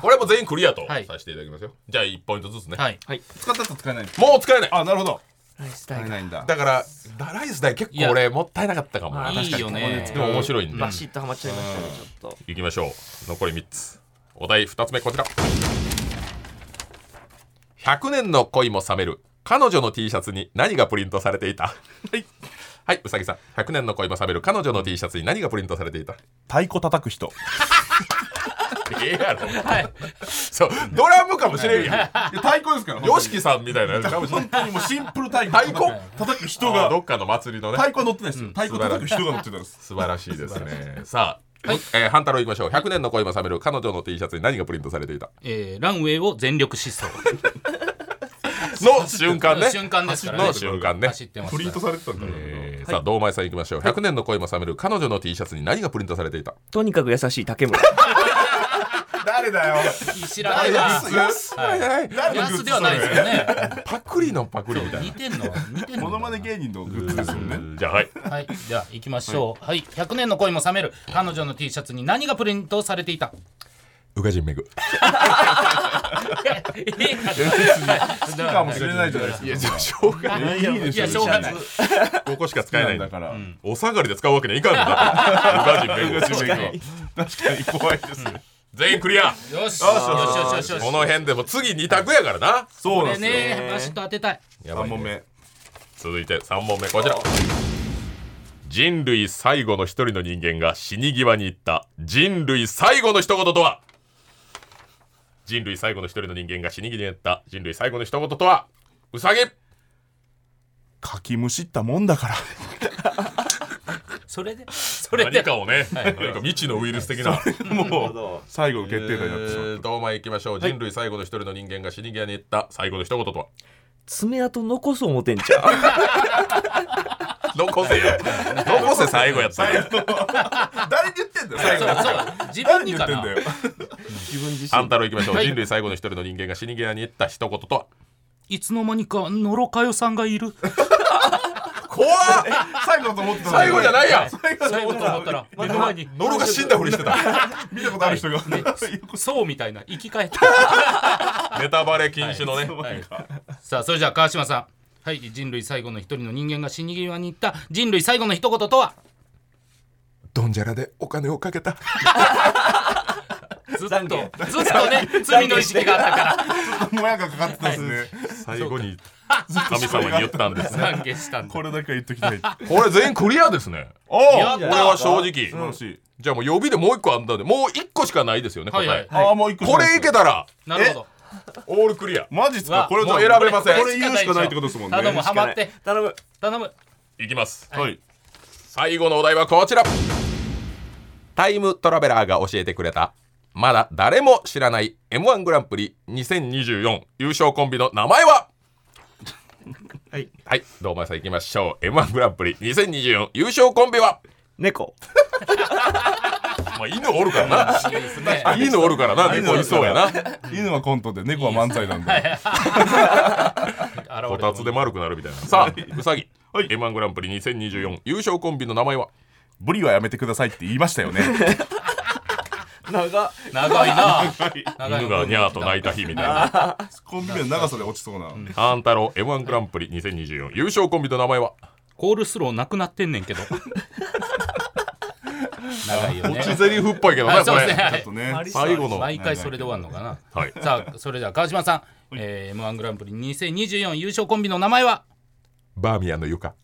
Speaker 1: これはもう全員クリアと
Speaker 2: はい
Speaker 1: させていただきますよ、じゃあ1ポイントずつね、
Speaker 2: はい
Speaker 3: 使ったと使えない
Speaker 1: もう使えない
Speaker 3: あなるほど
Speaker 4: ライス
Speaker 3: 使
Speaker 4: 大
Speaker 3: えないんだ
Speaker 1: だからダライス代結構俺もったいなかったかも
Speaker 4: まあ
Speaker 1: ない
Speaker 2: いよね
Speaker 1: でも面白いんで、
Speaker 4: バシッとハマっちゃいましたねちょっと
Speaker 1: 行きましょう残り3つお題2つ目こちら100年の恋も冷める彼女の T シャツに何がプリントされていたはいはいうさぎさん100年の恋も冷める彼女の T シャツに何がプリントされていた
Speaker 3: 太鼓叩く人
Speaker 1: ええやろ
Speaker 2: はい
Speaker 1: そうドラムかもしれんや
Speaker 3: 太鼓ですから
Speaker 1: ん YOSHIKI さんみたいなやつかもしれん
Speaker 3: 本当にもうシンプル太鼓
Speaker 1: 太鼓
Speaker 3: 叩く人
Speaker 1: あー
Speaker 3: が
Speaker 1: どっかの祭りのね
Speaker 3: 太鼓は乗ってないですよ太鼓叩く人が乗ってたんです
Speaker 1: 素晴らしいですねさあ、えー、半太郎いきましょう100年の恋も冷める彼女の T シャツに何がプリントされていた
Speaker 2: えーランウェイを全力疾走
Speaker 1: の瞬間ね
Speaker 2: 瞬間ですからね
Speaker 1: の瞬間ね
Speaker 2: 走ってます
Speaker 3: プリントされてたんだ
Speaker 1: えーさあ堂前さんいきましょう100年の恋も冷める彼女の T シャツに何がプリントされていた
Speaker 4: とにかく優しい竹村
Speaker 3: 誰だよ
Speaker 2: 知らないわ
Speaker 1: 安安
Speaker 2: はい
Speaker 1: はいはい
Speaker 3: 誰のグッ
Speaker 2: 安
Speaker 3: ズ
Speaker 2: ではないですよね
Speaker 1: パクリのパクリみたい
Speaker 2: 似てんのは似てんの
Speaker 3: モノマネ芸人のグッズですよ
Speaker 1: な
Speaker 3: ね
Speaker 1: じゃあはい
Speaker 2: はいじゃあ行きましょうはい、100年の恋も冷める彼女の T シャツに何がプリントされていた
Speaker 1: 宇賀神めぐ
Speaker 2: いいか
Speaker 3: 好きかもしれないじゃない
Speaker 1: いや
Speaker 3: で
Speaker 1: じ
Speaker 3: す
Speaker 1: ゃあしょうが
Speaker 3: か
Speaker 1: ない
Speaker 3: いやいいで
Speaker 2: い
Speaker 3: しょ
Speaker 2: や
Speaker 3: 別
Speaker 2: しょう
Speaker 3: に
Speaker 2: がない
Speaker 1: ここしか使え
Speaker 3: な
Speaker 1: ないん
Speaker 3: んだ
Speaker 1: だ
Speaker 3: から
Speaker 1: お下がりで使うわけにはいかんのだ宇賀神めぐ
Speaker 3: 確かに怖いですね
Speaker 1: 全員クリア
Speaker 2: よしよしよしよしよし
Speaker 1: この辺でも次2択やからな
Speaker 3: そう
Speaker 2: こ
Speaker 3: なん
Speaker 2: れ
Speaker 3: ですよ
Speaker 2: ねバシッと当てたい
Speaker 1: やば
Speaker 3: 3
Speaker 1: いね
Speaker 3: 問目
Speaker 1: 続いて3問目こちら人類最後の一人の人間が死に際に言った人類最後の一言とは人類最後の一人の人間が死に際に言った人類最後の一言とはうさぎ
Speaker 3: かきむしったもんだから
Speaker 2: それでそれ
Speaker 1: 何
Speaker 2: で
Speaker 1: かをね何か未知のウイルス的な
Speaker 3: もう最後の決定打になってしまう
Speaker 1: どうまいきましょう人類最後の一人の人間が死に際に言った最後の一言 とは
Speaker 4: 爪痕残そう思てんじゃん
Speaker 1: 残せよ残せ最後やったら
Speaker 3: 誰に言ってんだよ最
Speaker 2: そう
Speaker 3: 後
Speaker 2: そう自分
Speaker 3: 誰に
Speaker 2: に
Speaker 3: 言っ
Speaker 2: か
Speaker 3: てん
Speaker 2: な
Speaker 3: だよ
Speaker 4: 自分自身
Speaker 1: あんたのいきましょう
Speaker 2: はい
Speaker 1: 人類最後の一人の人間が死に際に言った一言とはい
Speaker 2: つの間にか野呂佳代さんがい る
Speaker 1: 怖っ
Speaker 3: 最後と思ってた
Speaker 1: 最後じゃないやん
Speaker 3: 最後
Speaker 2: 最後と思ったら目の前に
Speaker 1: ノロが死んだふりしてた
Speaker 3: 見たことある人が
Speaker 2: そうみたいな生き返った
Speaker 1: ネタバレ禁止のね、
Speaker 2: はいさあそれじゃあ川島さんはい人類最後の一人の人間が死に際に行った人類最後の一言とは
Speaker 1: ドンジャラでお金をかけた
Speaker 2: ずっとずっ
Speaker 4: 懺
Speaker 2: と
Speaker 4: 悔
Speaker 2: ね罪の意識があったから
Speaker 3: もやがかかってたんですね
Speaker 1: 最後に神様に言ったんですね
Speaker 2: 懺悔したんだ
Speaker 3: これだけは言っときた い
Speaker 1: これ全員クリアですね
Speaker 3: おお
Speaker 2: や
Speaker 1: こ
Speaker 2: っ
Speaker 1: れ
Speaker 2: た
Speaker 1: は正直
Speaker 3: 素晴らしい
Speaker 1: じゃあもう予備でもう一個あんだんでもう一個しかないですよね答え、
Speaker 2: はいはい
Speaker 3: ああもう一個
Speaker 1: これいけたら
Speaker 2: なるほど
Speaker 1: オールクリア
Speaker 3: マジっす
Speaker 2: う
Speaker 3: か
Speaker 2: わ
Speaker 3: これじゃあ
Speaker 1: もう選べません
Speaker 3: これ言うしかないってことですもんね
Speaker 2: 頼むハマって
Speaker 4: 頼む
Speaker 2: 頼む
Speaker 1: いきます
Speaker 3: はい
Speaker 1: 最後のお題はこちらタイムトラベラーが教えてくれたまだ誰も知らない m 1グランプリ2024優勝コンビの名前は
Speaker 4: はい
Speaker 1: はい堂前さんいきましょう m 1グランプリ2024優勝コンビは
Speaker 4: 猫
Speaker 1: まあ犬おるから な
Speaker 2: しいです ね。
Speaker 1: 犬おるからな
Speaker 3: 犬お
Speaker 1: 猫
Speaker 3: るから
Speaker 1: いそうやな
Speaker 3: 犬はコントで猫は漫才なんで
Speaker 1: こたつで
Speaker 2: も
Speaker 1: 丸くなるみたいなさあうさぎ m 1グランプリ2024優勝コンビの名前は
Speaker 3: ブリはやめてくださいって言いましたよね
Speaker 4: 長
Speaker 2: 長いな。長い
Speaker 1: 犬がニャーと泣いた日みたいな
Speaker 3: コンビ名の長さで落ちそうな、
Speaker 1: 半太郎 m 1グランプリ2024優勝コンビの名前は
Speaker 2: コールスローなくなってんねん けど。長いよね
Speaker 1: 落。ちゼリフっぽいけど
Speaker 2: は
Speaker 1: ね
Speaker 2: いそ
Speaker 1: こ
Speaker 2: うで
Speaker 1: れ
Speaker 2: すね。
Speaker 3: ちょっとね
Speaker 4: マリサ
Speaker 1: 最後の
Speaker 2: 毎回それで終わるのかな。
Speaker 1: はい
Speaker 2: さあそれでは川島さん、えー、M1 グランプリ2024優勝コンビの名前は
Speaker 1: バーミヤンの床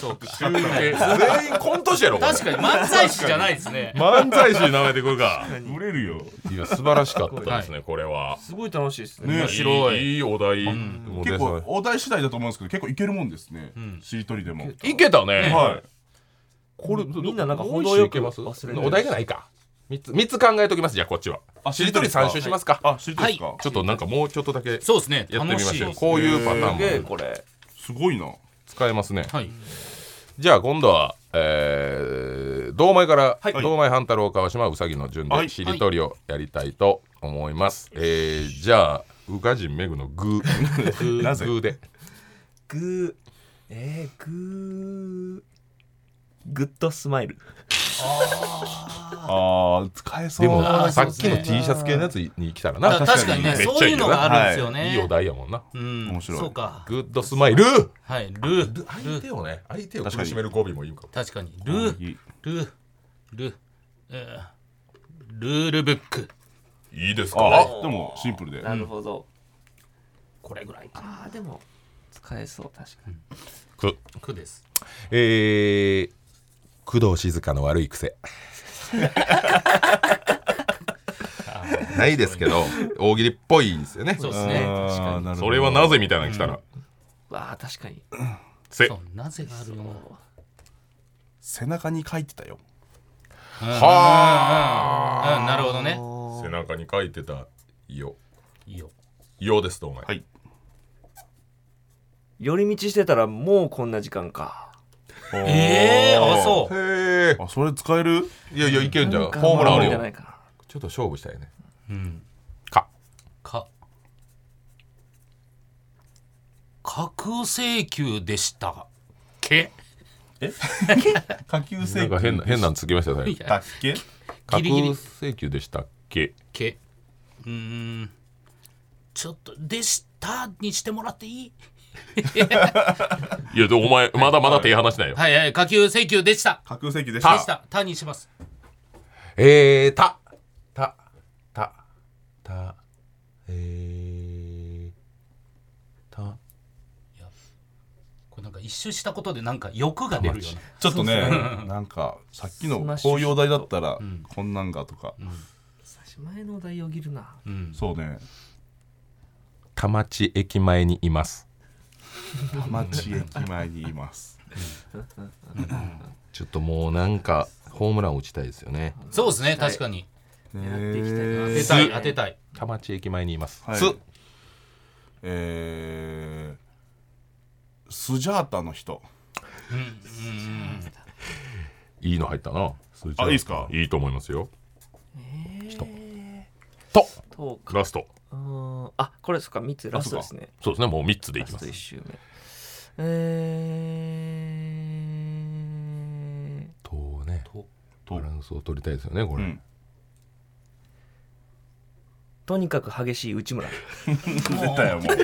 Speaker 2: そうか
Speaker 1: 全員コント師やろこれ
Speaker 2: 確かに漫才師じゃないですね。
Speaker 1: 漫才師舐めてくるか
Speaker 3: 売れるよ
Speaker 1: いや素晴らしかったですねこれは
Speaker 4: すごい楽しいですね
Speaker 3: ね
Speaker 2: 面白い
Speaker 1: いいいお題も
Speaker 3: 結
Speaker 1: 出
Speaker 3: 構
Speaker 1: そ
Speaker 3: お題次第だと思うんですけど結構いけるもんですね、しりとりでも
Speaker 1: ういけたね
Speaker 3: はい
Speaker 1: これ
Speaker 4: みんななんか
Speaker 1: どう
Speaker 4: 程よ
Speaker 1: い
Speaker 4: く
Speaker 1: けます
Speaker 4: 忘れない
Speaker 1: お題がないか3つ三つ考えときますじゃあこっちは
Speaker 3: あ
Speaker 1: しりとり3周しますか
Speaker 3: あしりとりですか、
Speaker 1: ちょっとなんかもうちょっとだけやって
Speaker 2: そうですね。
Speaker 1: みま
Speaker 2: 楽しい
Speaker 1: しょ
Speaker 2: で
Speaker 1: う
Speaker 2: す。
Speaker 1: こういうパタ
Speaker 4: すげ
Speaker 1: ー
Speaker 4: え
Speaker 1: ンも
Speaker 4: これ
Speaker 3: すごいな
Speaker 1: 使えますね
Speaker 2: はい。
Speaker 1: じゃあ今度はえー堂前から
Speaker 4: はい
Speaker 1: 堂前半太郎川島うさぎの順
Speaker 3: は
Speaker 1: で
Speaker 3: い
Speaker 1: しりとりをやりたいと思いますえーじゃあ宇賀神めぐのグ ーグ
Speaker 3: なぜ
Speaker 1: ーグーで
Speaker 4: グーえー、グーグッドスマイル
Speaker 3: あー使えそ
Speaker 1: で
Speaker 3: う
Speaker 1: も
Speaker 2: あー
Speaker 1: さっきの
Speaker 2: そうです
Speaker 1: T シャツ系のやつに来たら
Speaker 2: だ
Speaker 1: な
Speaker 2: から確かにね、
Speaker 1: めっ
Speaker 2: そ
Speaker 1: ちゃ
Speaker 2: う
Speaker 1: い
Speaker 2: い
Speaker 1: いうけど
Speaker 2: の
Speaker 1: な
Speaker 2: があるんですよね。
Speaker 1: いいお題やもんな
Speaker 2: うん、
Speaker 3: 面白い
Speaker 2: そうか。
Speaker 1: グッドスマイル
Speaker 2: はい、ルー、ル
Speaker 1: 相手をね相手を
Speaker 3: 確か
Speaker 1: 苦
Speaker 3: に
Speaker 1: しめる語尾もいいかも
Speaker 2: 確かに、ルー、ルー、ルー、えールールブック。
Speaker 1: いいですか
Speaker 3: あでもシンプルで
Speaker 4: なるほど、
Speaker 2: これぐらいか。
Speaker 4: あーでも使えそう確かに
Speaker 1: く
Speaker 2: くです。
Speaker 1: えー、工藤静香の悪い癖 ないですけど大喜利っぽいですよね
Speaker 2: そうですね。確
Speaker 3: あ
Speaker 2: か
Speaker 3: ーなるほど
Speaker 1: それはなぜみたいなの来たら、
Speaker 4: わあ確かに
Speaker 1: せ
Speaker 2: に。そう、なぜがあるよ。
Speaker 3: 背中に書いてたよ
Speaker 1: はあ
Speaker 2: うん、なるほどね。
Speaker 1: 背中に書いてた「よ
Speaker 2: いいよ。」
Speaker 1: よですとお前、
Speaker 3: はい
Speaker 4: 寄り道してたらもうこんな時間か
Speaker 2: ええー、あ、そう。
Speaker 1: へえ
Speaker 3: あそれ使える
Speaker 1: いやいやいけんじゃん
Speaker 4: なんか
Speaker 1: ホームランあ
Speaker 4: まあ
Speaker 1: る
Speaker 4: じゃな
Speaker 1: よ
Speaker 4: いかな
Speaker 1: ちょっと勝負したいね
Speaker 2: うん、
Speaker 1: か
Speaker 2: か。架空請求でした。け。
Speaker 3: 下級
Speaker 1: な
Speaker 3: 生
Speaker 1: んか変な変なのつきましたよ最
Speaker 2: い
Speaker 1: 後
Speaker 3: だ
Speaker 2: や
Speaker 3: っけ
Speaker 1: 架
Speaker 2: ギリギ
Speaker 1: 空
Speaker 2: リ
Speaker 1: 請求でしたっけ
Speaker 2: けうーんちょっと「でした」にしてもらっていい
Speaker 1: いやでもお前まだまだ手離しないよ、
Speaker 2: はいはい下級請求でした
Speaker 3: 架空請求でし
Speaker 2: で
Speaker 3: た
Speaker 2: した「た」にします
Speaker 1: えー、た、た、た、た、えー、た。
Speaker 2: これなんか一周したことでなんか欲が出るよね
Speaker 3: ちょっとねなんかさっきの紅葉台だったらこんなんがとか、
Speaker 4: 差し前の台を切るな
Speaker 3: そうね
Speaker 1: 田町駅前にいます。
Speaker 3: 田町駅前にいます
Speaker 1: ちょっともうなんかホームラン打ちたいですよね。
Speaker 2: そうですね確かに
Speaker 4: 狙っていきたいな
Speaker 2: 当てたい当
Speaker 4: で
Speaker 2: てたい
Speaker 1: 田町駅前にいます。
Speaker 3: はい
Speaker 1: す
Speaker 3: えー、スジャータの人
Speaker 1: いいの入ったな。それじゃ
Speaker 3: あいいっすか
Speaker 1: いいと思いますよ。人
Speaker 4: とうか
Speaker 1: とラスト。
Speaker 4: うーんあこれですか3つラストですね
Speaker 1: そうですね。もう三つでい
Speaker 4: ラ
Speaker 1: き
Speaker 4: ス
Speaker 1: ま
Speaker 4: ト
Speaker 1: す
Speaker 4: 1。周目え
Speaker 1: とね。
Speaker 2: と
Speaker 3: と
Speaker 1: バランスを取りたいですよね。こ
Speaker 3: う
Speaker 1: れ。
Speaker 3: ん
Speaker 4: ー、とにかく激しい内村
Speaker 3: 出たよも
Speaker 2: も
Speaker 3: う
Speaker 2: う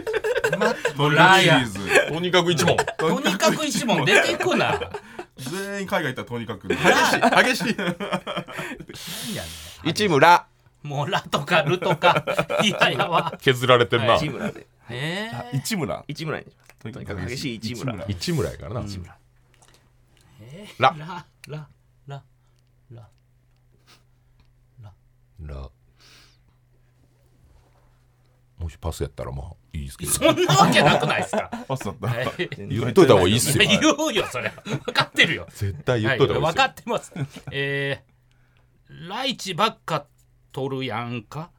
Speaker 3: ト
Speaker 2: ラー
Speaker 3: リ
Speaker 2: や
Speaker 3: ガーシリ
Speaker 1: とにかく一問。
Speaker 2: とにかく一問出てくな
Speaker 3: ーズ全員海外行ったらとにかく
Speaker 1: 激しい。激し
Speaker 2: いいやね
Speaker 1: い。 一村。
Speaker 2: もう「ら」とか「る」とかいややわ
Speaker 1: 削られてるな
Speaker 4: 内。村で
Speaker 2: ええ
Speaker 3: 市村
Speaker 4: 市村にしますとにかく激しい市村
Speaker 1: 一村やからな。一村。
Speaker 2: 「ら」「ら」「ら」「ら」
Speaker 1: らもしパスやったらまあいいですけど
Speaker 2: そんなわけなくないです か
Speaker 3: パスだった
Speaker 2: えー
Speaker 1: 言っといた方がいいっすよ
Speaker 2: いや言うよそれ分かってるよ
Speaker 1: 絶対言っといた方
Speaker 2: は
Speaker 1: がいい
Speaker 2: 分か
Speaker 1: で
Speaker 2: ってます。えライチばっか取るやんか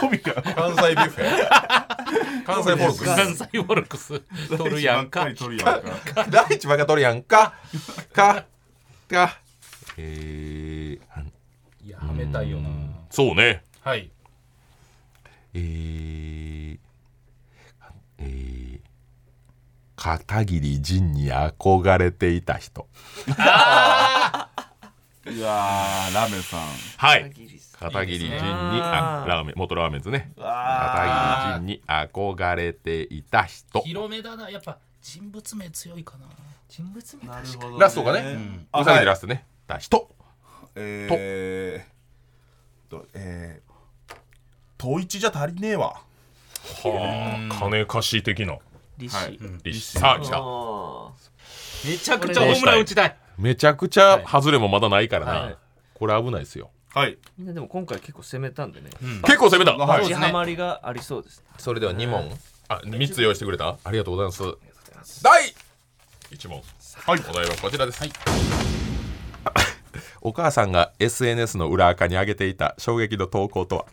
Speaker 3: 語尾
Speaker 1: 関西
Speaker 3: が
Speaker 1: ビュッフ ェ関西フォルク
Speaker 2: 関西フォルクス取るやんか
Speaker 3: ばっり取るやんか
Speaker 1: 第一バカ取るやんかかかえー、あん
Speaker 2: いやはめたいよな
Speaker 1: そうね
Speaker 2: はい
Speaker 1: えー、えー、片桐仁に憧れていた人
Speaker 3: いやーラメさん
Speaker 1: はい
Speaker 4: ギリス
Speaker 1: 片桐仁に
Speaker 2: いいですね
Speaker 1: あラーメン元ラーメンズね片桐仁に憧れていた人
Speaker 2: 広めだなやっぱ人物名強いかな
Speaker 4: 人物名確かに
Speaker 1: ラストがね
Speaker 2: ん
Speaker 1: うさぎラストねた人
Speaker 3: えーとえー統一じゃ足りねえわ
Speaker 1: はあ金貸し的な
Speaker 4: リシ、
Speaker 3: はい
Speaker 1: さあ来た
Speaker 4: あ
Speaker 2: めちゃくちゃホームラン打ちたい
Speaker 1: めちゃくちゃ外れもまだないからな、
Speaker 2: はい
Speaker 1: これ危ないですよ
Speaker 3: はい
Speaker 4: ーみんなでも今回結構攻めたんでね、
Speaker 1: 結構攻めた、
Speaker 3: はい
Speaker 4: 立ちはまりがありそうですね
Speaker 1: それでは2問あ三3つ用意してくれたありがとうございます第1問、
Speaker 3: はい
Speaker 1: お題はこちらです、お母さんが SNS の裏垢に上げていた衝撃の投稿とは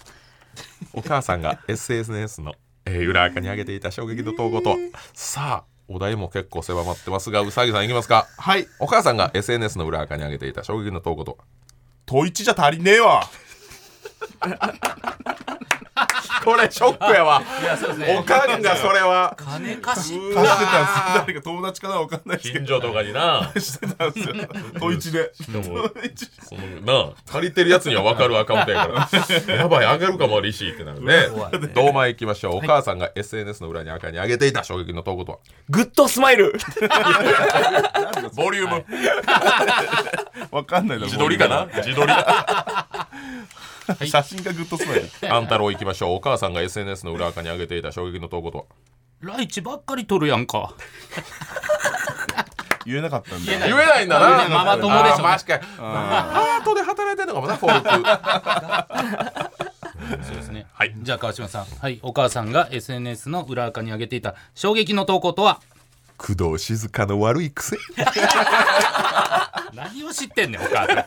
Speaker 1: お母さんが SNS の、えー裏垢に上げていた衝撃の投稿とは、さあお題も結構狭まってますがうさぎさんいきますか
Speaker 3: はい
Speaker 1: お母さんが SNS の裏垢に上げていた衝撃の投稿とは
Speaker 3: 統一じゃ足りねえわ
Speaker 1: これショックやわ
Speaker 2: いやそうです
Speaker 1: おかんがそれは
Speaker 2: 金貸し
Speaker 3: 足してたんです誰か友達かなわかんないですけ
Speaker 1: 近
Speaker 3: ど
Speaker 1: 所とかにな
Speaker 3: してたんですよ統一で
Speaker 1: でも
Speaker 3: 統一
Speaker 1: そのなあ借りてるやつには分かるアカウントや からやばい上げるかもリシーってなる
Speaker 2: 怖
Speaker 1: ねどう前行きましょう、お母さんが SNS の裏に赤に上げていた衝撃の投稿 とは
Speaker 4: グッドスマイル
Speaker 1: ボリューム、
Speaker 3: わかんないな
Speaker 1: 自撮りかな
Speaker 3: も
Speaker 1: 自撮り
Speaker 3: う写真がグッとスマイル
Speaker 1: あんたろう行きましょうお母さんが SNS の裏赤に上げていた衝撃の投稿とは
Speaker 2: ライチばっかり取るやんか
Speaker 3: 言えなかったん
Speaker 1: 言
Speaker 3: で
Speaker 1: えないんだ
Speaker 2: 言えな
Speaker 1: ない
Speaker 2: ママ友でしょう
Speaker 1: あ
Speaker 2: ね
Speaker 1: ー確かにハートで働いてるのかもなフォル ク
Speaker 2: そうですね
Speaker 1: はい
Speaker 2: じゃあ川島さんはいお母さんが SNS の裏垢に上げていた衝撃の投稿とは
Speaker 1: 工藤静香の悪い癖
Speaker 2: 何を知ってんねんお母さ
Speaker 3: な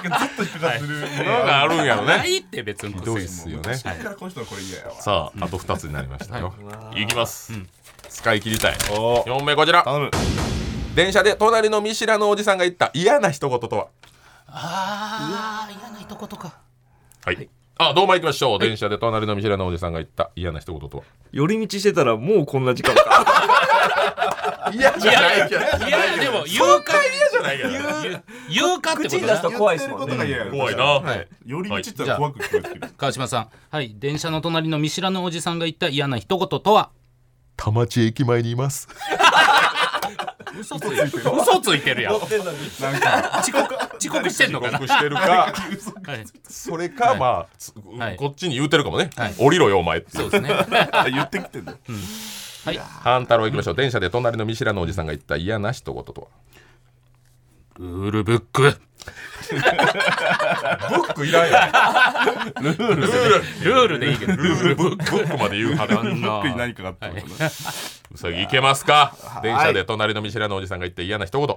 Speaker 3: んかずっと引っかかってる
Speaker 1: なんかあるんやろ
Speaker 2: ん
Speaker 1: ね
Speaker 2: ないって別に
Speaker 1: ひどいっすよね
Speaker 3: 昔からこの人はこれ嫌やわ
Speaker 1: さああと2つになりましたよ、、
Speaker 4: はい
Speaker 1: きます、使い切りたい
Speaker 3: おー
Speaker 1: 4名こちら
Speaker 3: 頼む
Speaker 1: 電車で隣の見知らぬおじさんが言った嫌な一言とは
Speaker 2: ああ嫌な一言か
Speaker 1: はい、あどうも行きましょう、電車で隣の見知らぬおじさんが言った嫌な一言と
Speaker 4: 寄り道してたらもうこんな時間か
Speaker 1: は嫌じゃないけど
Speaker 2: いやでも言うか
Speaker 1: 嫌じゃないけど
Speaker 2: 言う言うかってこ
Speaker 4: 口
Speaker 2: と
Speaker 4: に出
Speaker 2: だ
Speaker 4: すと怖いですもん
Speaker 3: 言って
Speaker 4: ね
Speaker 3: ることが
Speaker 1: 怖い
Speaker 3: 嫌や
Speaker 1: な、はい、
Speaker 3: より道って言ったら怖く聞こえてくる
Speaker 2: 川島さんはい電車の隣の見知らぬおじさんが言った嫌な一言とは
Speaker 1: 田町駅前にいます
Speaker 2: 嘘ついてる嘘ついてるやん遅
Speaker 3: なんか
Speaker 2: 刻遅刻してんのかな
Speaker 1: 僕してるか
Speaker 2: はい
Speaker 1: それか、まあつ
Speaker 2: はい
Speaker 1: こっちに言うてるかもね、
Speaker 2: はい
Speaker 1: 降りろよお前って
Speaker 2: そうですね
Speaker 3: あ言ってきてんだ
Speaker 2: はい
Speaker 1: 半太郎行きましょう電車で隣の見知らぬおじさんが言った嫌な一言とは
Speaker 2: ルールブック
Speaker 1: ブックいらんやルールルール
Speaker 2: ルールでいいけどル
Speaker 1: ルールブックブックまで言う派
Speaker 3: ブ
Speaker 1: だ
Speaker 3: ックに何かがあったのかな
Speaker 1: うさぎいけますか電車で隣の見知らぬおじさんが言って嫌な一言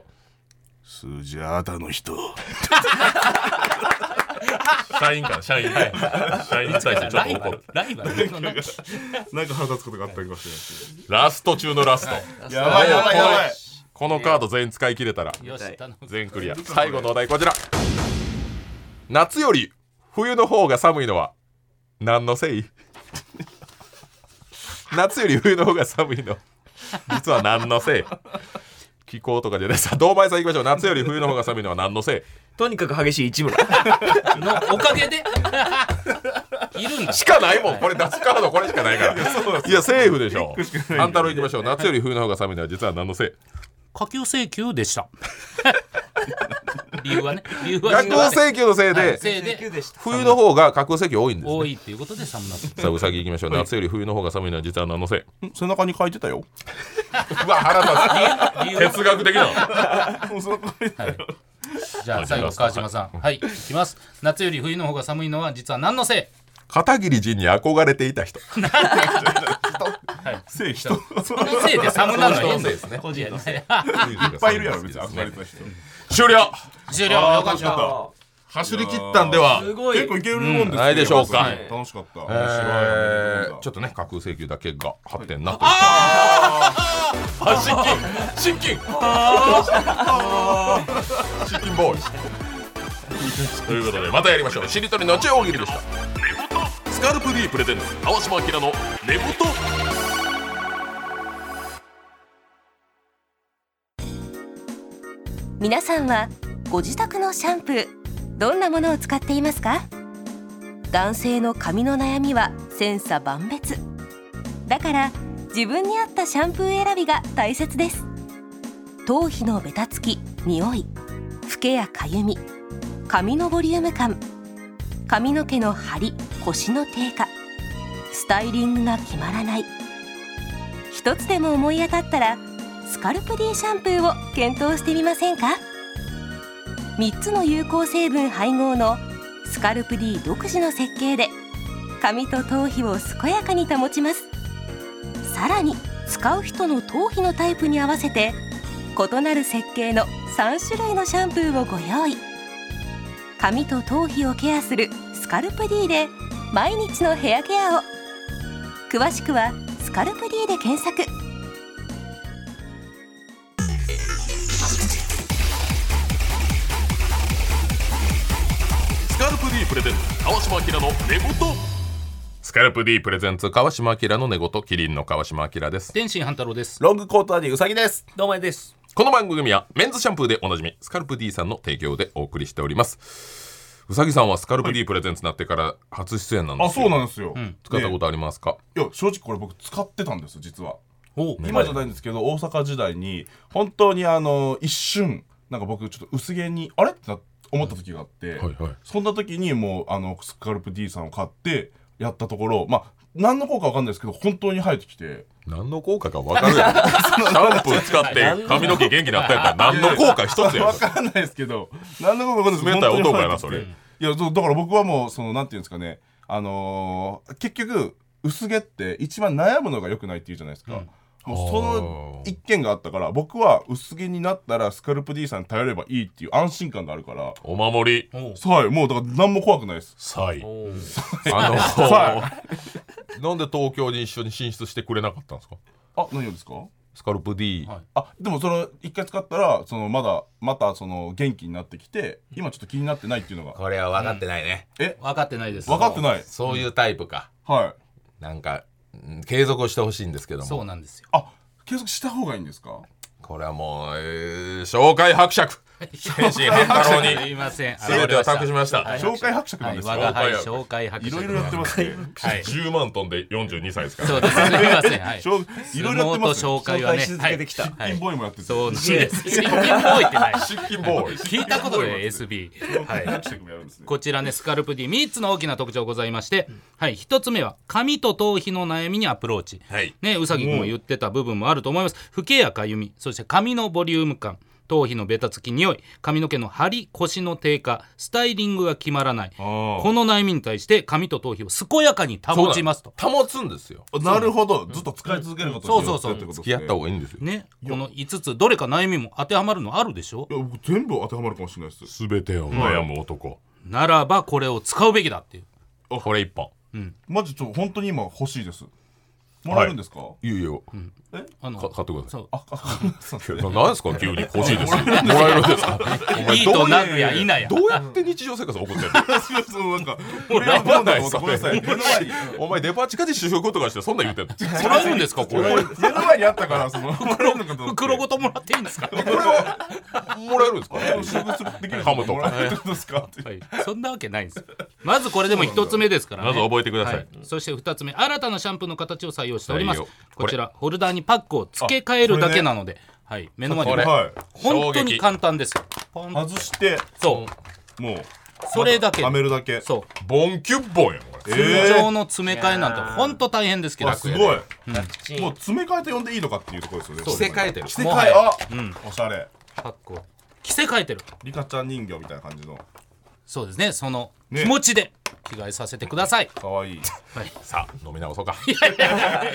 Speaker 3: スジャータの人
Speaker 1: 社員か社員社員に対してちょっ
Speaker 2: ラ
Speaker 1: と
Speaker 2: イ
Speaker 1: 怒
Speaker 2: バ
Speaker 1: る
Speaker 2: ルライバルのなんか
Speaker 3: なんか腹立つことがあったりもし
Speaker 1: ラスト中のラスト
Speaker 3: れないやばいやばいやばい
Speaker 1: このカード全員使い切れたら
Speaker 2: よし頼む
Speaker 1: 全クリア最後のお題こちら夏より冬の方が寒いのは何のせい夏より冬の方が寒いの実は何のせい気候とかじゃないさあ堂前さんいきましょう夏より冬の方が寒いのは何のせい
Speaker 4: とにかく激しい市村
Speaker 2: のおかげでいるんだ
Speaker 1: しかないもん、これ出すカードこれしかないから。いや、セーフでしょ。あんたろ行きましょう。夏より冬の方が寒いのは実は何のせい
Speaker 2: 下級請求でした理由はね理由は
Speaker 1: 学
Speaker 2: 理
Speaker 1: 校
Speaker 2: 由はね
Speaker 1: 請求のせいで、
Speaker 2: せいで
Speaker 4: でした
Speaker 1: 冬の方が学校請求多いんですね、
Speaker 2: 多いっていうことで寒なって
Speaker 1: さあ、うさぎ行きましょう。夏より冬の方が寒いのは実は何の せい
Speaker 3: れない背中に書いてたよ
Speaker 1: うわ、腹
Speaker 2: 理由
Speaker 1: 立つ。 哲学的な。
Speaker 3: もうその書いてたよ
Speaker 2: じゃあ最後川島さんはいいきます夏より冬の方が寒いのは実は何のせい
Speaker 1: 片桐仁に憧れていた人。
Speaker 2: はい
Speaker 3: せい人い
Speaker 2: このせいで寒なの
Speaker 1: 人
Speaker 2: よ
Speaker 1: のせいですね
Speaker 2: 個人のせい
Speaker 1: っ
Speaker 3: っぱいいるやろ別に憧れてた人
Speaker 1: 終了
Speaker 2: 終了よかっ
Speaker 3: よ
Speaker 2: た
Speaker 3: か
Speaker 1: 走り切ったんでは
Speaker 2: すごい
Speaker 3: 結構いけるもんですね
Speaker 1: ないでしょうか
Speaker 3: 楽しかった面白い
Speaker 1: えー
Speaker 3: ち
Speaker 1: ちょ
Speaker 3: ょっ
Speaker 1: っとね架空請求だけが発展なとああ失禁失禁失禁ボーイということでまたやりましょうしりとりの中大喜利でしたスカルプ D プレゼンツ青島明の寝言
Speaker 5: 皆さんはご自宅のシャンプーどんなものを使っていますか男性の髪の悩みは千差万別だから自分に合ったシャンプー選びが大切です頭皮のベタつき匂いフケやかゆみ髪のボリューム感髪の毛の張り腰の低下スタイリングが決まらない一つでも思い当たったらスカルプ D シャンプーを検討してみませんか3つの有効成分配合のスカルプ D 独自の設計で髪と頭皮を健やかに保ちますさらに使う人の頭皮のタイプに合わせて異なる設計の3種類のシャンプーをご用意髪と頭皮をケアするスカルプ D で毎日のヘアケアを詳しくは「スカルプ D」で検索
Speaker 1: スカルプ D プレゼンツ川島明の寝言スカルプ D プレゼンツ川島明の寝言キリンの川島明です
Speaker 2: 天心半太郎です
Speaker 4: ロングコートアディウサギですどうもです
Speaker 1: この番組はメンズシャンプーでおなじみスカルプ D さんの提供でお送りしておりますうさぎさんはスカルプ D プレゼンツになってから初出演なんで
Speaker 3: とあ
Speaker 1: すけ
Speaker 3: そう
Speaker 1: ど、
Speaker 3: なんですよ
Speaker 1: 使ったこ
Speaker 3: で
Speaker 1: とありますか
Speaker 3: いや正直これ僕使ってたんです実は
Speaker 2: おう
Speaker 3: 今じゃないんですけど大阪時代に本当にあの一瞬なんか僕ちょっと薄毛にあれってな思った時があって、
Speaker 1: はいはい
Speaker 3: そんな時にもうあのスカルプ D さんを買ってやったところまあ何の効果わかんないですけど本当に生えてきて
Speaker 1: 何の効果か分かるやんシャンプー使って髪の毛元気になったやんから何の効果一つやん
Speaker 3: わかんないですけど何の効果わかんないですけど
Speaker 1: 冷たい男やな
Speaker 3: 本当
Speaker 1: そ
Speaker 3: に生え
Speaker 1: れ
Speaker 3: てきていやそうだから僕はもうそのなんていうんですかねあのー結局薄毛って一番悩むのが良くないっていうじゃないですか、
Speaker 2: うん
Speaker 3: もうその一件があったから僕は薄毛になったらスカルプ D さんに頼ればいいっていう安心感があるから
Speaker 1: お守り
Speaker 2: おう
Speaker 3: はいもうだから何も怖くないです
Speaker 1: サイ
Speaker 2: おう
Speaker 1: あの
Speaker 3: サ
Speaker 1: なんで東京に一緒に進出してくれなかったんですか
Speaker 3: あ何をですか
Speaker 1: スカルプ D、
Speaker 2: はい
Speaker 3: あでもその一回使ったらそのまだまたその元気になってきて今ちょっと気になってないっていうのが
Speaker 6: これは分かってないね、
Speaker 2: 分かってないです
Speaker 3: 分かってない
Speaker 6: そういうタイプか
Speaker 3: はい
Speaker 6: なんかうん継続をしてほしいんですけど
Speaker 2: そう
Speaker 6: も
Speaker 2: なんですよ
Speaker 3: あ継続した方がいいんですか
Speaker 1: これはもう、えー紹介伯爵天心半太郎に
Speaker 2: すいません
Speaker 1: 全てを託しました
Speaker 2: はい
Speaker 3: 紹介伯爵なんですか
Speaker 2: はい我が輩紹介伯爵
Speaker 3: いろいろやってますね
Speaker 2: はい
Speaker 1: 10万トンで42歳ですから
Speaker 2: そうですすいませんはい
Speaker 3: しょういろいろやってます
Speaker 2: 相撲と紹介は
Speaker 4: 紹
Speaker 2: ね
Speaker 4: 介し続けてきた
Speaker 2: はいは
Speaker 3: ピン
Speaker 2: い
Speaker 3: ボーイもやって て
Speaker 2: そうなんです 新人ボーイってない
Speaker 1: 出勤ボーイ
Speaker 2: 聞いたことで SB は
Speaker 3: はい
Speaker 2: い
Speaker 3: 伯爵もやるんですね
Speaker 2: こちらねスカルプ D3 つの大きな特徴ございまして、はい、1つ目は髪と頭皮の悩みにアプローチ、
Speaker 1: はい
Speaker 2: ね、うさぎくんも言ってた部分もあると思います不けやかゆみそして髪のボリューム感頭皮のベタつき匂い髪の毛の張り腰の低下スタイリングが決まらない
Speaker 3: あ
Speaker 2: この悩みに対して髪と頭皮を健やかに保ちますと。
Speaker 1: 保つんですよ
Speaker 3: ーなるほどずっと使い続けること
Speaker 2: そう
Speaker 3: に
Speaker 2: そ
Speaker 3: よ
Speaker 2: うそう
Speaker 3: ってってこと
Speaker 1: 付
Speaker 3: で
Speaker 1: き合
Speaker 3: すね
Speaker 1: った方がいいんですよ
Speaker 2: ね、この5つどれか悩みも当てはまるのあるでしょ
Speaker 3: いや僕全部当てはまるかもしれないです
Speaker 1: 全てを悩む男
Speaker 2: ならばこれを使うべきだっていう
Speaker 1: これ一本
Speaker 3: マジちょ本当に今欲しいですもらえるんですか
Speaker 1: いいよ
Speaker 2: あの
Speaker 1: か買ってくださ
Speaker 2: そ
Speaker 1: いう
Speaker 3: ああそうですね
Speaker 1: ななんですか急に欲しい ですよもらえるんですか
Speaker 2: いいとなるや否や
Speaker 1: どうやって日常生活送 ってるの
Speaker 3: そうなんか
Speaker 1: もうやばないっす
Speaker 3: ごめんなさい目の前に
Speaker 1: お前デパ地下で主食とかしてそんなん言ってんの
Speaker 2: もらえるんですかこれ
Speaker 3: 目の前にあったからその袋のこと
Speaker 2: 袋ごともらっていいんですか
Speaker 1: これはもらえるん ですか
Speaker 3: 収穫するできる
Speaker 1: ハムとか
Speaker 3: もらえるんですかって
Speaker 2: はい、そんなわけないんですよまずこれでも一つ目ですから、ね、
Speaker 1: まず覚えてください
Speaker 2: はいそして二つ目新たなシャンプーの形を採用しております
Speaker 1: 採用これ
Speaker 2: こちらホルダーにパックを付け替えるだけなので、はい、目の前に
Speaker 1: これ
Speaker 3: は
Speaker 2: 本当に簡単ですよポン
Speaker 3: い外して
Speaker 2: そう
Speaker 3: もう
Speaker 2: それだけ
Speaker 3: はめるだけ
Speaker 2: そう
Speaker 1: ボンキュッボンやんこれ
Speaker 2: 通
Speaker 3: え
Speaker 2: 常の詰め替えなんて本当大変ですけど、
Speaker 3: あすごい
Speaker 4: 楽ちん
Speaker 3: もう詰め替えと呼んでいいのかっていうところですよね
Speaker 6: 着せ替えてる
Speaker 3: 着せ替え
Speaker 2: もはや
Speaker 3: あおしゃれ
Speaker 2: パックを着せ替えてる
Speaker 3: リカちゃん人形みたいな感じの
Speaker 2: そうですねその
Speaker 3: ね
Speaker 2: 気持ちで着替えさせてください。
Speaker 3: かわいい
Speaker 1: さあ飲み直そうか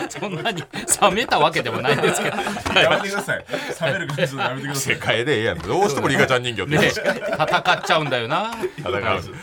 Speaker 2: そんなに冷めたわけでもないんですけど、
Speaker 3: やめてください冷める口するのやめてくださ
Speaker 1: 世
Speaker 3: い
Speaker 1: 界でええやんどうしてもリカちゃん人形って
Speaker 2: ね、戦っちゃうんだよな。
Speaker 1: 戦う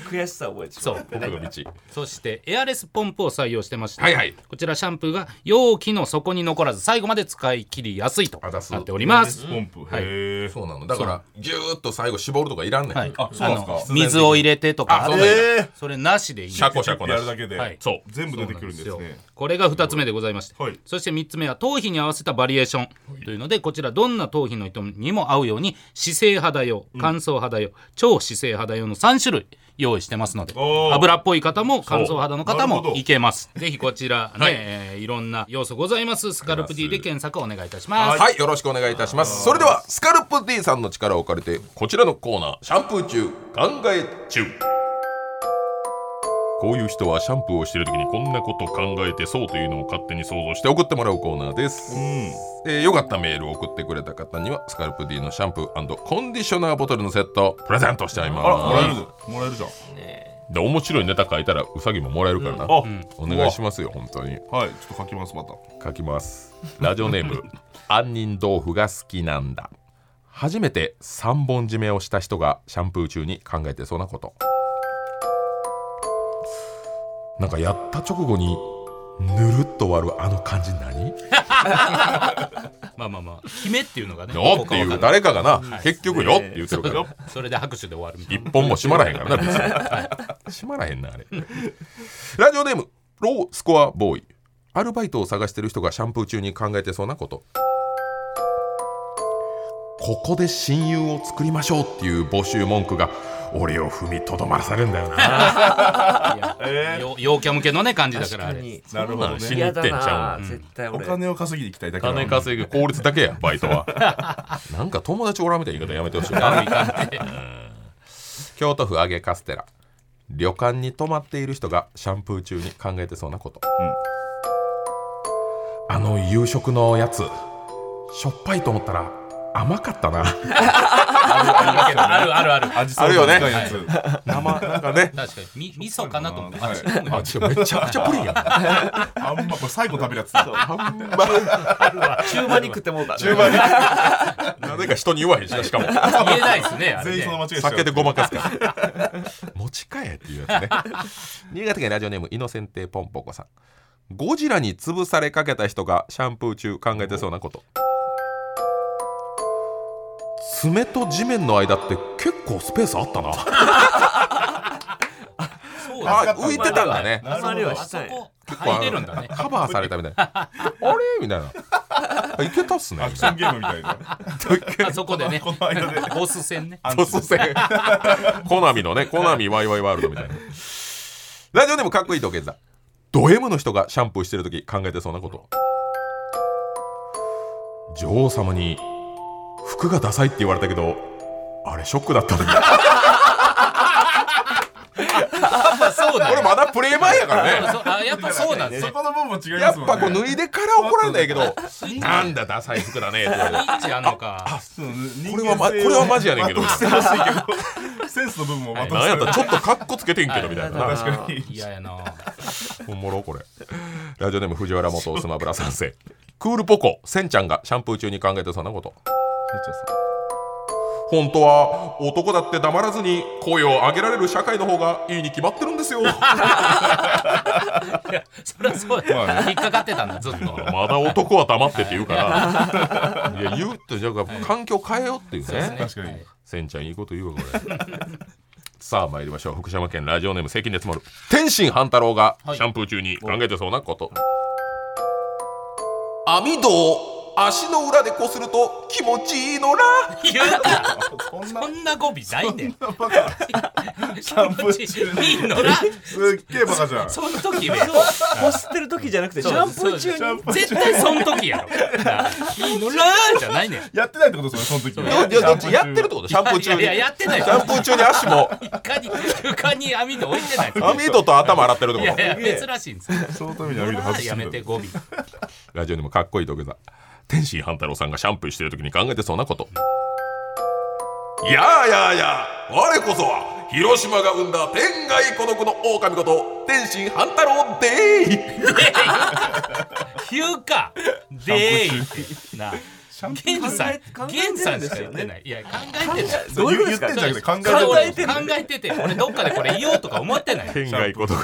Speaker 4: 悔しさを覚えてしま
Speaker 2: そうう。
Speaker 1: 僕の道
Speaker 2: そしてエアレスポンプを採用してまして、
Speaker 1: はいはい
Speaker 2: こちらシャンプーが容器の底に残らず最後まで使い切りやすいと
Speaker 1: あだす
Speaker 2: なっております。
Speaker 3: ポンプへえ
Speaker 1: そうなのだからぎゅーっと最後絞るとかいらんねん、
Speaker 2: はい、
Speaker 3: あそうなんですか
Speaker 2: あの水を入れてとか
Speaker 1: あそう
Speaker 2: あ
Speaker 1: なんや
Speaker 2: るそれなしでいいんです
Speaker 1: シャコシャコ
Speaker 3: や
Speaker 1: な
Speaker 3: る
Speaker 1: し
Speaker 3: だけで、
Speaker 2: はい
Speaker 1: そう
Speaker 3: 全部出てくるんです
Speaker 2: そうなん
Speaker 3: ね
Speaker 2: ですよこれが2つ目でございまして、
Speaker 3: はい
Speaker 2: そして3つ目は頭皮に合わせたバリエーションというのでこちらどんな頭皮の人にも合うように姿勢肌用乾燥肌用、超姿勢肌用の3種類用意してますので
Speaker 3: おー
Speaker 2: 油っぽい方も乾燥肌の方
Speaker 3: なるほ
Speaker 2: も
Speaker 3: ど
Speaker 2: いけますぜひこち らね、いえーいろんな要素ございますスカルプ D で検索お願いいたします、
Speaker 1: はい、よろしくお願いいたします。それでは、スカルプ D さんの力を借りて、こちらのコーナー、シャンプー中、考え中。こういう人はシャンプーをしている時にこんなこと考えてそうというのを勝手に想像して送ってもらうコーナーです、えーよかったメールを送ってくれた方にはスカルプ D のシャンプーコンディショナーボトルのセットプレゼントしちゃい
Speaker 3: あらもらえ
Speaker 1: ま
Speaker 3: るぞもらえるじゃん
Speaker 1: すで面白いネタ書いたらウサギももらえるからな、
Speaker 3: あ、
Speaker 1: お願いしますよ本当に
Speaker 3: はいちょっと書きますまた
Speaker 1: 書きますラジオネー ム杏仁豆腐が好きなんだ初めて3本締めをした人がシャンプー中に考えてそうなことなんかやった直後にぬるっと終わるあの感じ何
Speaker 2: まあまあまあ決めっていうのがね
Speaker 1: よっていう誰かがな結局よって言ってるから
Speaker 2: それで拍手で終わるみたい
Speaker 1: 一
Speaker 2: な
Speaker 1: 本も閉まらへんからな別に閉まらへんなあれラジオネームロースコアボーイアルバイトを探してる人がシャンプー中に考えてそうなことここで親友を作りましょうっていう募集文句が俺を踏みとどまらされるんだよな
Speaker 2: よ陽キャ向けのね感じだからあ
Speaker 4: 確か
Speaker 2: れ
Speaker 4: に
Speaker 3: なるほどね
Speaker 1: 死に行
Speaker 4: 嫌
Speaker 1: って
Speaker 4: だ
Speaker 1: んちゃう
Speaker 4: な絶対
Speaker 3: お
Speaker 4: 俺
Speaker 3: 金を稼ぎに行きたいだけなの
Speaker 1: 金稼ぐ効率だけやバイトは なんか友達おらんみたいな言い方やめてほしいな
Speaker 2: あるいかんって
Speaker 1: 京都府揚げカステラ旅館に泊まっている人がシャンプー中に考えてそうなこと、あの夕食のやつしょっぱいと思ったら甘かったな
Speaker 2: あるあるある
Speaker 3: 味噌の短いやつ
Speaker 1: 生なんかね
Speaker 2: 確かにみ味噌かなと思って
Speaker 3: はい
Speaker 2: あ違う
Speaker 1: あちょめちゃくちゃプリンやな
Speaker 3: あんまこれ最後食べるやつだ
Speaker 4: 中盤に食ってもうた中
Speaker 1: 盤なぜか人に言わへんしなしかも
Speaker 2: 言えないですねあれ
Speaker 3: 全員その間
Speaker 2: ね
Speaker 3: 違いしちゃう
Speaker 1: 酒でごまかすから 持ち帰えっていうやつね新潟県ラジオネームイノセンテポンポコさんゴジラに潰されかけた人がシャンプー中考えてそうなこと爪と地面の間って結構スペースあったな
Speaker 2: そうだ
Speaker 1: あ浮いてたんだね
Speaker 3: なるほ
Speaker 4: あれは
Speaker 2: あそ
Speaker 4: したい
Speaker 2: こ 入れるんだね
Speaker 1: カバーされたみたいなあれみたいなあいけたっすね
Speaker 3: アクションゲームみたいな
Speaker 2: あそこでね
Speaker 3: この間で
Speaker 2: ボス戦ね
Speaker 1: 突然コナミのねコナミワイワイワールドみたいなラジオでもかっこいい時計だド M の人がシャンプーしてる時考えてそうなこと女王様に服がダサいって言われたけどあれショックだった時
Speaker 2: そうだ
Speaker 1: 俺まだプレイ前やからね
Speaker 2: そうあやっぱそうなんです
Speaker 3: そ
Speaker 2: ね
Speaker 3: この部分も違い
Speaker 1: や
Speaker 3: ま
Speaker 1: っ
Speaker 3: すもんね
Speaker 1: ぱこう脱いでから怒られないけどなんだダサい服だねって言われ
Speaker 2: リーチあんのか
Speaker 3: そう人
Speaker 1: これはまこ
Speaker 3: 間性を
Speaker 1: れはマジやねんけど
Speaker 3: まとしてほしいけどセンスの部分もま
Speaker 1: て
Speaker 3: と
Speaker 1: なんや
Speaker 3: し
Speaker 1: ってたらちょっとカッコつけてんけどみたいな
Speaker 3: 確かに
Speaker 2: 嫌やな
Speaker 1: おもろこれラジオネーム藤原元スマブラ三世クールポコセンちゃんがシャンプー中に考えてそんなこと本当は男だって黙らずに声を上げられる社会の方がいいに決まってるんですよま
Speaker 2: いやそりゃそう
Speaker 3: ま
Speaker 2: や引っかかってたんだずっと
Speaker 1: だ男は黙ってって言うからいや言うってじゃあ環境変えようっていうね
Speaker 3: 確かに
Speaker 1: センちゃんいいこと言うわこれ さあ参りましょう福島県ラジオネーム関根つまる天心半太郎が
Speaker 2: はい
Speaker 1: シャンプー中に考えてそうなこと、網戸を足の裏でこすると気持ちいいのら
Speaker 2: 言うな
Speaker 3: こんな
Speaker 2: そんな語尾ないねん
Speaker 3: バカ
Speaker 2: シ
Speaker 3: ャンプー中
Speaker 2: いいのな
Speaker 3: すっげえバカじゃん
Speaker 2: そん時は
Speaker 4: こすってる時じゃなくてシャンプー中に
Speaker 3: に
Speaker 2: 絶対そん時やろないいのなじゃないねん
Speaker 3: やってないってことですよねその時
Speaker 1: ど
Speaker 3: は
Speaker 1: どどっちやってるってことシャンプー中に
Speaker 2: いやいややってないよ
Speaker 1: シャンプー中に足も
Speaker 2: 床に床に網戸置いてないです
Speaker 1: 網戸と頭洗ってるって
Speaker 2: い
Speaker 1: こと
Speaker 2: やいや珍しいんですよ
Speaker 3: そのために網戸外して
Speaker 2: やめて語尾
Speaker 1: ラジオにもかっこいい土下座天心半太郎さんがシャンプーしてる時に考えてそうなこといやあやあやあ我こそは
Speaker 7: 広島が生んだ天外孤独の狼こと天心半太郎でー
Speaker 2: 言うかでーいってな源さん
Speaker 4: 考え考えてるん
Speaker 2: 源さんし
Speaker 4: で
Speaker 2: か
Speaker 4: す
Speaker 2: 言
Speaker 4: よ
Speaker 2: っ
Speaker 4: ね
Speaker 2: てないいや考えてる
Speaker 4: どういうことです
Speaker 2: そ
Speaker 4: か
Speaker 7: 言って
Speaker 2: うです
Speaker 7: んじゃなくて考
Speaker 2: 考
Speaker 7: え
Speaker 2: えて考えてて俺どっかでこれ言おうとか思ってない
Speaker 1: 天外孤独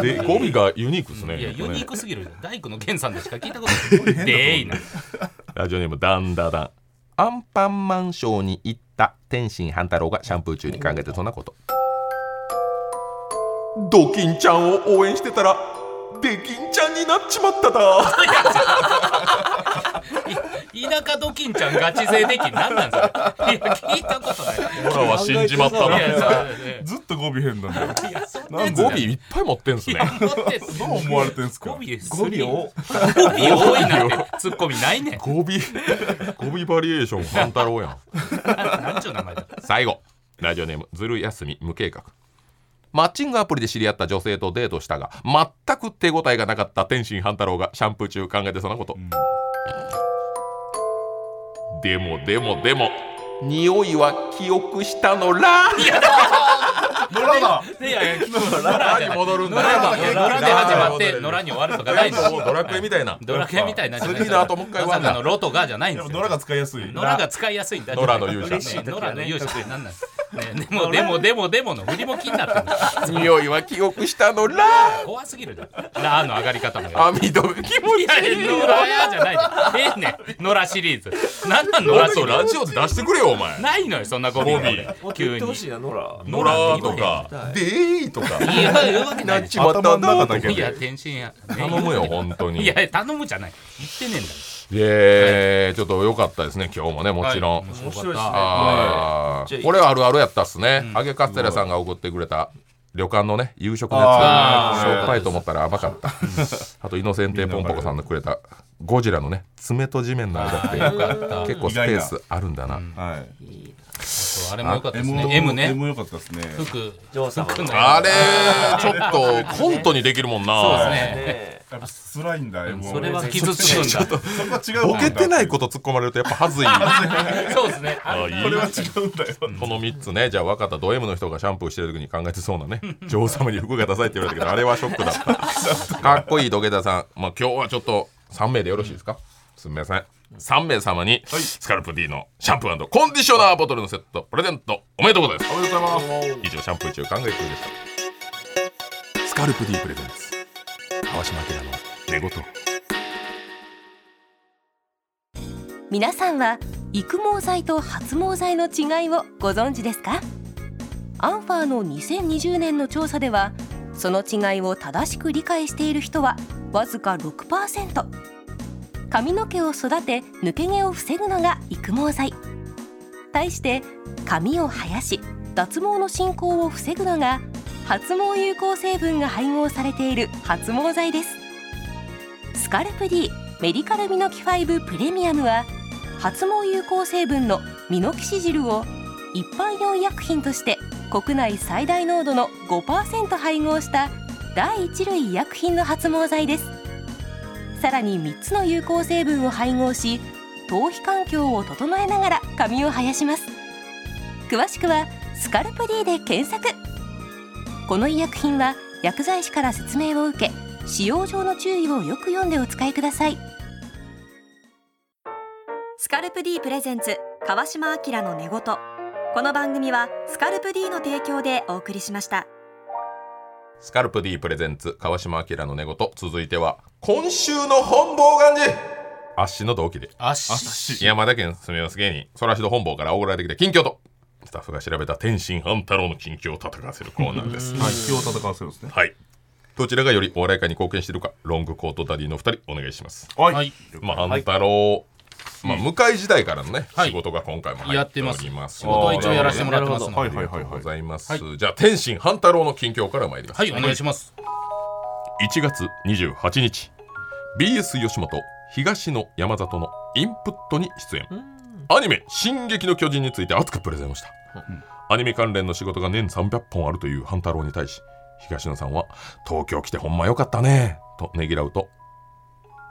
Speaker 2: で
Speaker 1: で語尾がユニークですね
Speaker 2: いやユニークすぎる大工の源さんでしか聞いたことないでーいな
Speaker 1: ラジオネームダンダダンアンパンマンショーに行った天心半太郎がシャンプー中に考えてそんなこと
Speaker 7: ドキンちゃんを応援してたらデキンちゃんになっちまっただ
Speaker 2: い田舎ドキンちゃんガチ勢できなんなんそれいや聞いたことない
Speaker 1: ほらは死んじまった
Speaker 2: い
Speaker 1: な
Speaker 2: やそうね
Speaker 3: ずっと語尾変なんだよ。
Speaker 2: いやそんな
Speaker 3: な
Speaker 2: や
Speaker 3: ん
Speaker 2: つ
Speaker 3: で
Speaker 1: 語尾いっぱい持ってんすね
Speaker 2: 持ってんす
Speaker 3: どう思われてんす
Speaker 2: 語
Speaker 3: か
Speaker 2: 尾。ス
Speaker 4: 語
Speaker 2: リ
Speaker 4: 尾を
Speaker 2: 語尾多いなんてツッコミないねん
Speaker 1: 語尾語尾バリエーション半太郎やん
Speaker 2: なんちゅう名前だ
Speaker 1: 最後ラジオネームずる休み無計画マッチングアプリで知り合った女性とデートしたが全く手応えがなかった天心半太郎がシャンプー中考えてそんなこと、でもでもでも匂いは記憶したのら
Speaker 3: 野良だ。
Speaker 2: いやいや、野良じゃない。
Speaker 1: 戻るん
Speaker 2: 野
Speaker 1: だ
Speaker 2: 良で始まっ
Speaker 1: 野良
Speaker 2: て、野良に終わるとかないんです
Speaker 1: もうドラクエみたいな
Speaker 2: ドラクエみたいなんじゃない
Speaker 1: スリーの後もう一回ワ
Speaker 2: ま
Speaker 1: ン
Speaker 2: さ
Speaker 1: だ
Speaker 2: かのロとガじゃないん
Speaker 3: で
Speaker 2: で
Speaker 3: も
Speaker 2: す
Speaker 3: 野
Speaker 2: よ。
Speaker 3: 良が使いやすい。
Speaker 2: 野良が使いやすいんだ
Speaker 1: 野良の勇者
Speaker 2: 嬉しい時はね野良の勇者って何なんですかねでもでもでもでもの振りも気になってる
Speaker 1: 匂いは記憶したのら
Speaker 2: 怖すぎるだろラーの上がり 方もよ
Speaker 1: 網戸が気持
Speaker 2: いや
Speaker 1: ちいい
Speaker 2: いや野良やじゃないでええねん野良シリーズなんなん野
Speaker 1: も
Speaker 2: 良
Speaker 1: っ
Speaker 2: シリ
Speaker 1: とラ
Speaker 2: ーズ
Speaker 1: ジオで出してくれよお前
Speaker 2: ないのよそんなゴミ
Speaker 4: もっと言
Speaker 2: 急
Speaker 4: っ
Speaker 2: に
Speaker 4: てほしいなノラ
Speaker 1: 野良とかでーとか
Speaker 2: いや言うわけないでしょ
Speaker 3: 頭の中だけ
Speaker 2: いや
Speaker 3: で。
Speaker 2: 天心や
Speaker 1: 頼むよ本当に
Speaker 2: いや頼むじゃない言ってねえんだよ
Speaker 1: えーちょっと良かったですね今日もねもちろん、
Speaker 2: はい
Speaker 4: 面白いですね
Speaker 1: あ
Speaker 4: じゃ
Speaker 1: ー
Speaker 4: あ
Speaker 1: これはあるあるやったっすね、揚げカステラさんが送ってくれた旅館のね夕食のや
Speaker 3: あ
Speaker 1: つ
Speaker 3: ー
Speaker 1: しょっぱいと思ったら甘かったあとイノセンテポンポコさんのくれたゴジラのね爪と地面の間って
Speaker 2: よかった
Speaker 1: 結構スペースあるんだな
Speaker 3: はい。
Speaker 2: そうあれも良かったです
Speaker 3: M
Speaker 2: ね。M ね。
Speaker 3: M 良かったですね。
Speaker 2: 服。
Speaker 4: 女王様
Speaker 2: 服の
Speaker 1: あれちょっとコントにできるもん
Speaker 2: そうです
Speaker 1: な
Speaker 2: ね。
Speaker 3: やっぱ辛いんだ M は。
Speaker 2: それは傷つくんだ。
Speaker 3: そこは違う。
Speaker 1: ボケてないこと突っ込まれるとやっぱ恥ずい
Speaker 2: そうですね。あ
Speaker 3: これは違うんだよ。
Speaker 1: この3つねじゃあ若田ド M の人がシャンプーしてる時に考えてそうなね 女王様に服がダサいって言われたけどあれはショックだっ たかっこいい土下座さん、まあ、今日はちょっと3名でよろしいですか、すみません3名様にスカルプ D のシャンプーコンディショナーボトルのセットプレゼントおめでとうございます
Speaker 3: おめでとうございます。
Speaker 1: 以上シャンプー中考え中でしたスカルプ D プレゼンツ川島明の寝言
Speaker 5: 皆さんは育毛剤と発毛剤の違いをご存知ですかアンファーの2020年の調査ではその違いを正しく理解している人はわずか6%髪の毛を育て抜け毛を防ぐのが育毛剤対して髪を生やし脱毛の進行を防ぐのが発毛有効成分が配合されている発毛剤ですスカルプ D メディカルミノキ5プレミアムは発毛有効成分のミノキシジルを一般用医薬品として国内最大濃度の5%配合した第一類医薬品の発毛剤ですさらに3つの有効成分を配合し頭皮環境を整えながら髪を生やします詳しくは「スカルプ D」で検索この医薬品は薬剤師から説明を受け使用上の注意をよく読んでお使いください
Speaker 8: スカルプ D プレゼンツ川島明の寝言この番組はスカルプ D の提供でお送りしました
Speaker 1: スカルプ D プレゼンツ川島明の寝言続いては今週の本望願寺あっしの同期で
Speaker 2: 足。
Speaker 1: 山田県住みます芸人ソラシド本坊から送られてきた近況とスタッフが調べた天心半太郎の近況を叩かせるコーナーです
Speaker 3: はい。今日戦わせるんですね。
Speaker 1: はいどちらがよりお笑い界に貢献しているかロングコートダディの2人お願いします
Speaker 3: は
Speaker 2: はいい。
Speaker 1: まあ半太郎、まあ、向井時代からのね、
Speaker 2: はい
Speaker 1: 仕事が今回も入
Speaker 2: や
Speaker 1: っ
Speaker 2: ってて
Speaker 1: お
Speaker 2: ます
Speaker 1: ります
Speaker 2: 仕事は一応やらせてもらってますので。
Speaker 3: は
Speaker 2: はいい、
Speaker 3: はい
Speaker 1: あ
Speaker 3: は
Speaker 1: り
Speaker 3: い
Speaker 1: がとう
Speaker 3: は
Speaker 1: ご
Speaker 3: い。
Speaker 1: ざいます、
Speaker 2: は
Speaker 1: じゃあ天心半太郎の近況から参ります、
Speaker 2: お願いします。
Speaker 1: 1月28日 BS 吉本東の山里のインプットに出演アニメ「進撃の巨人」について熱くプレゼンをした、アニメ関連の仕事が年300本あるという半太郎に対し東野さんは「東京来てほんまよかったね」とねぎらうと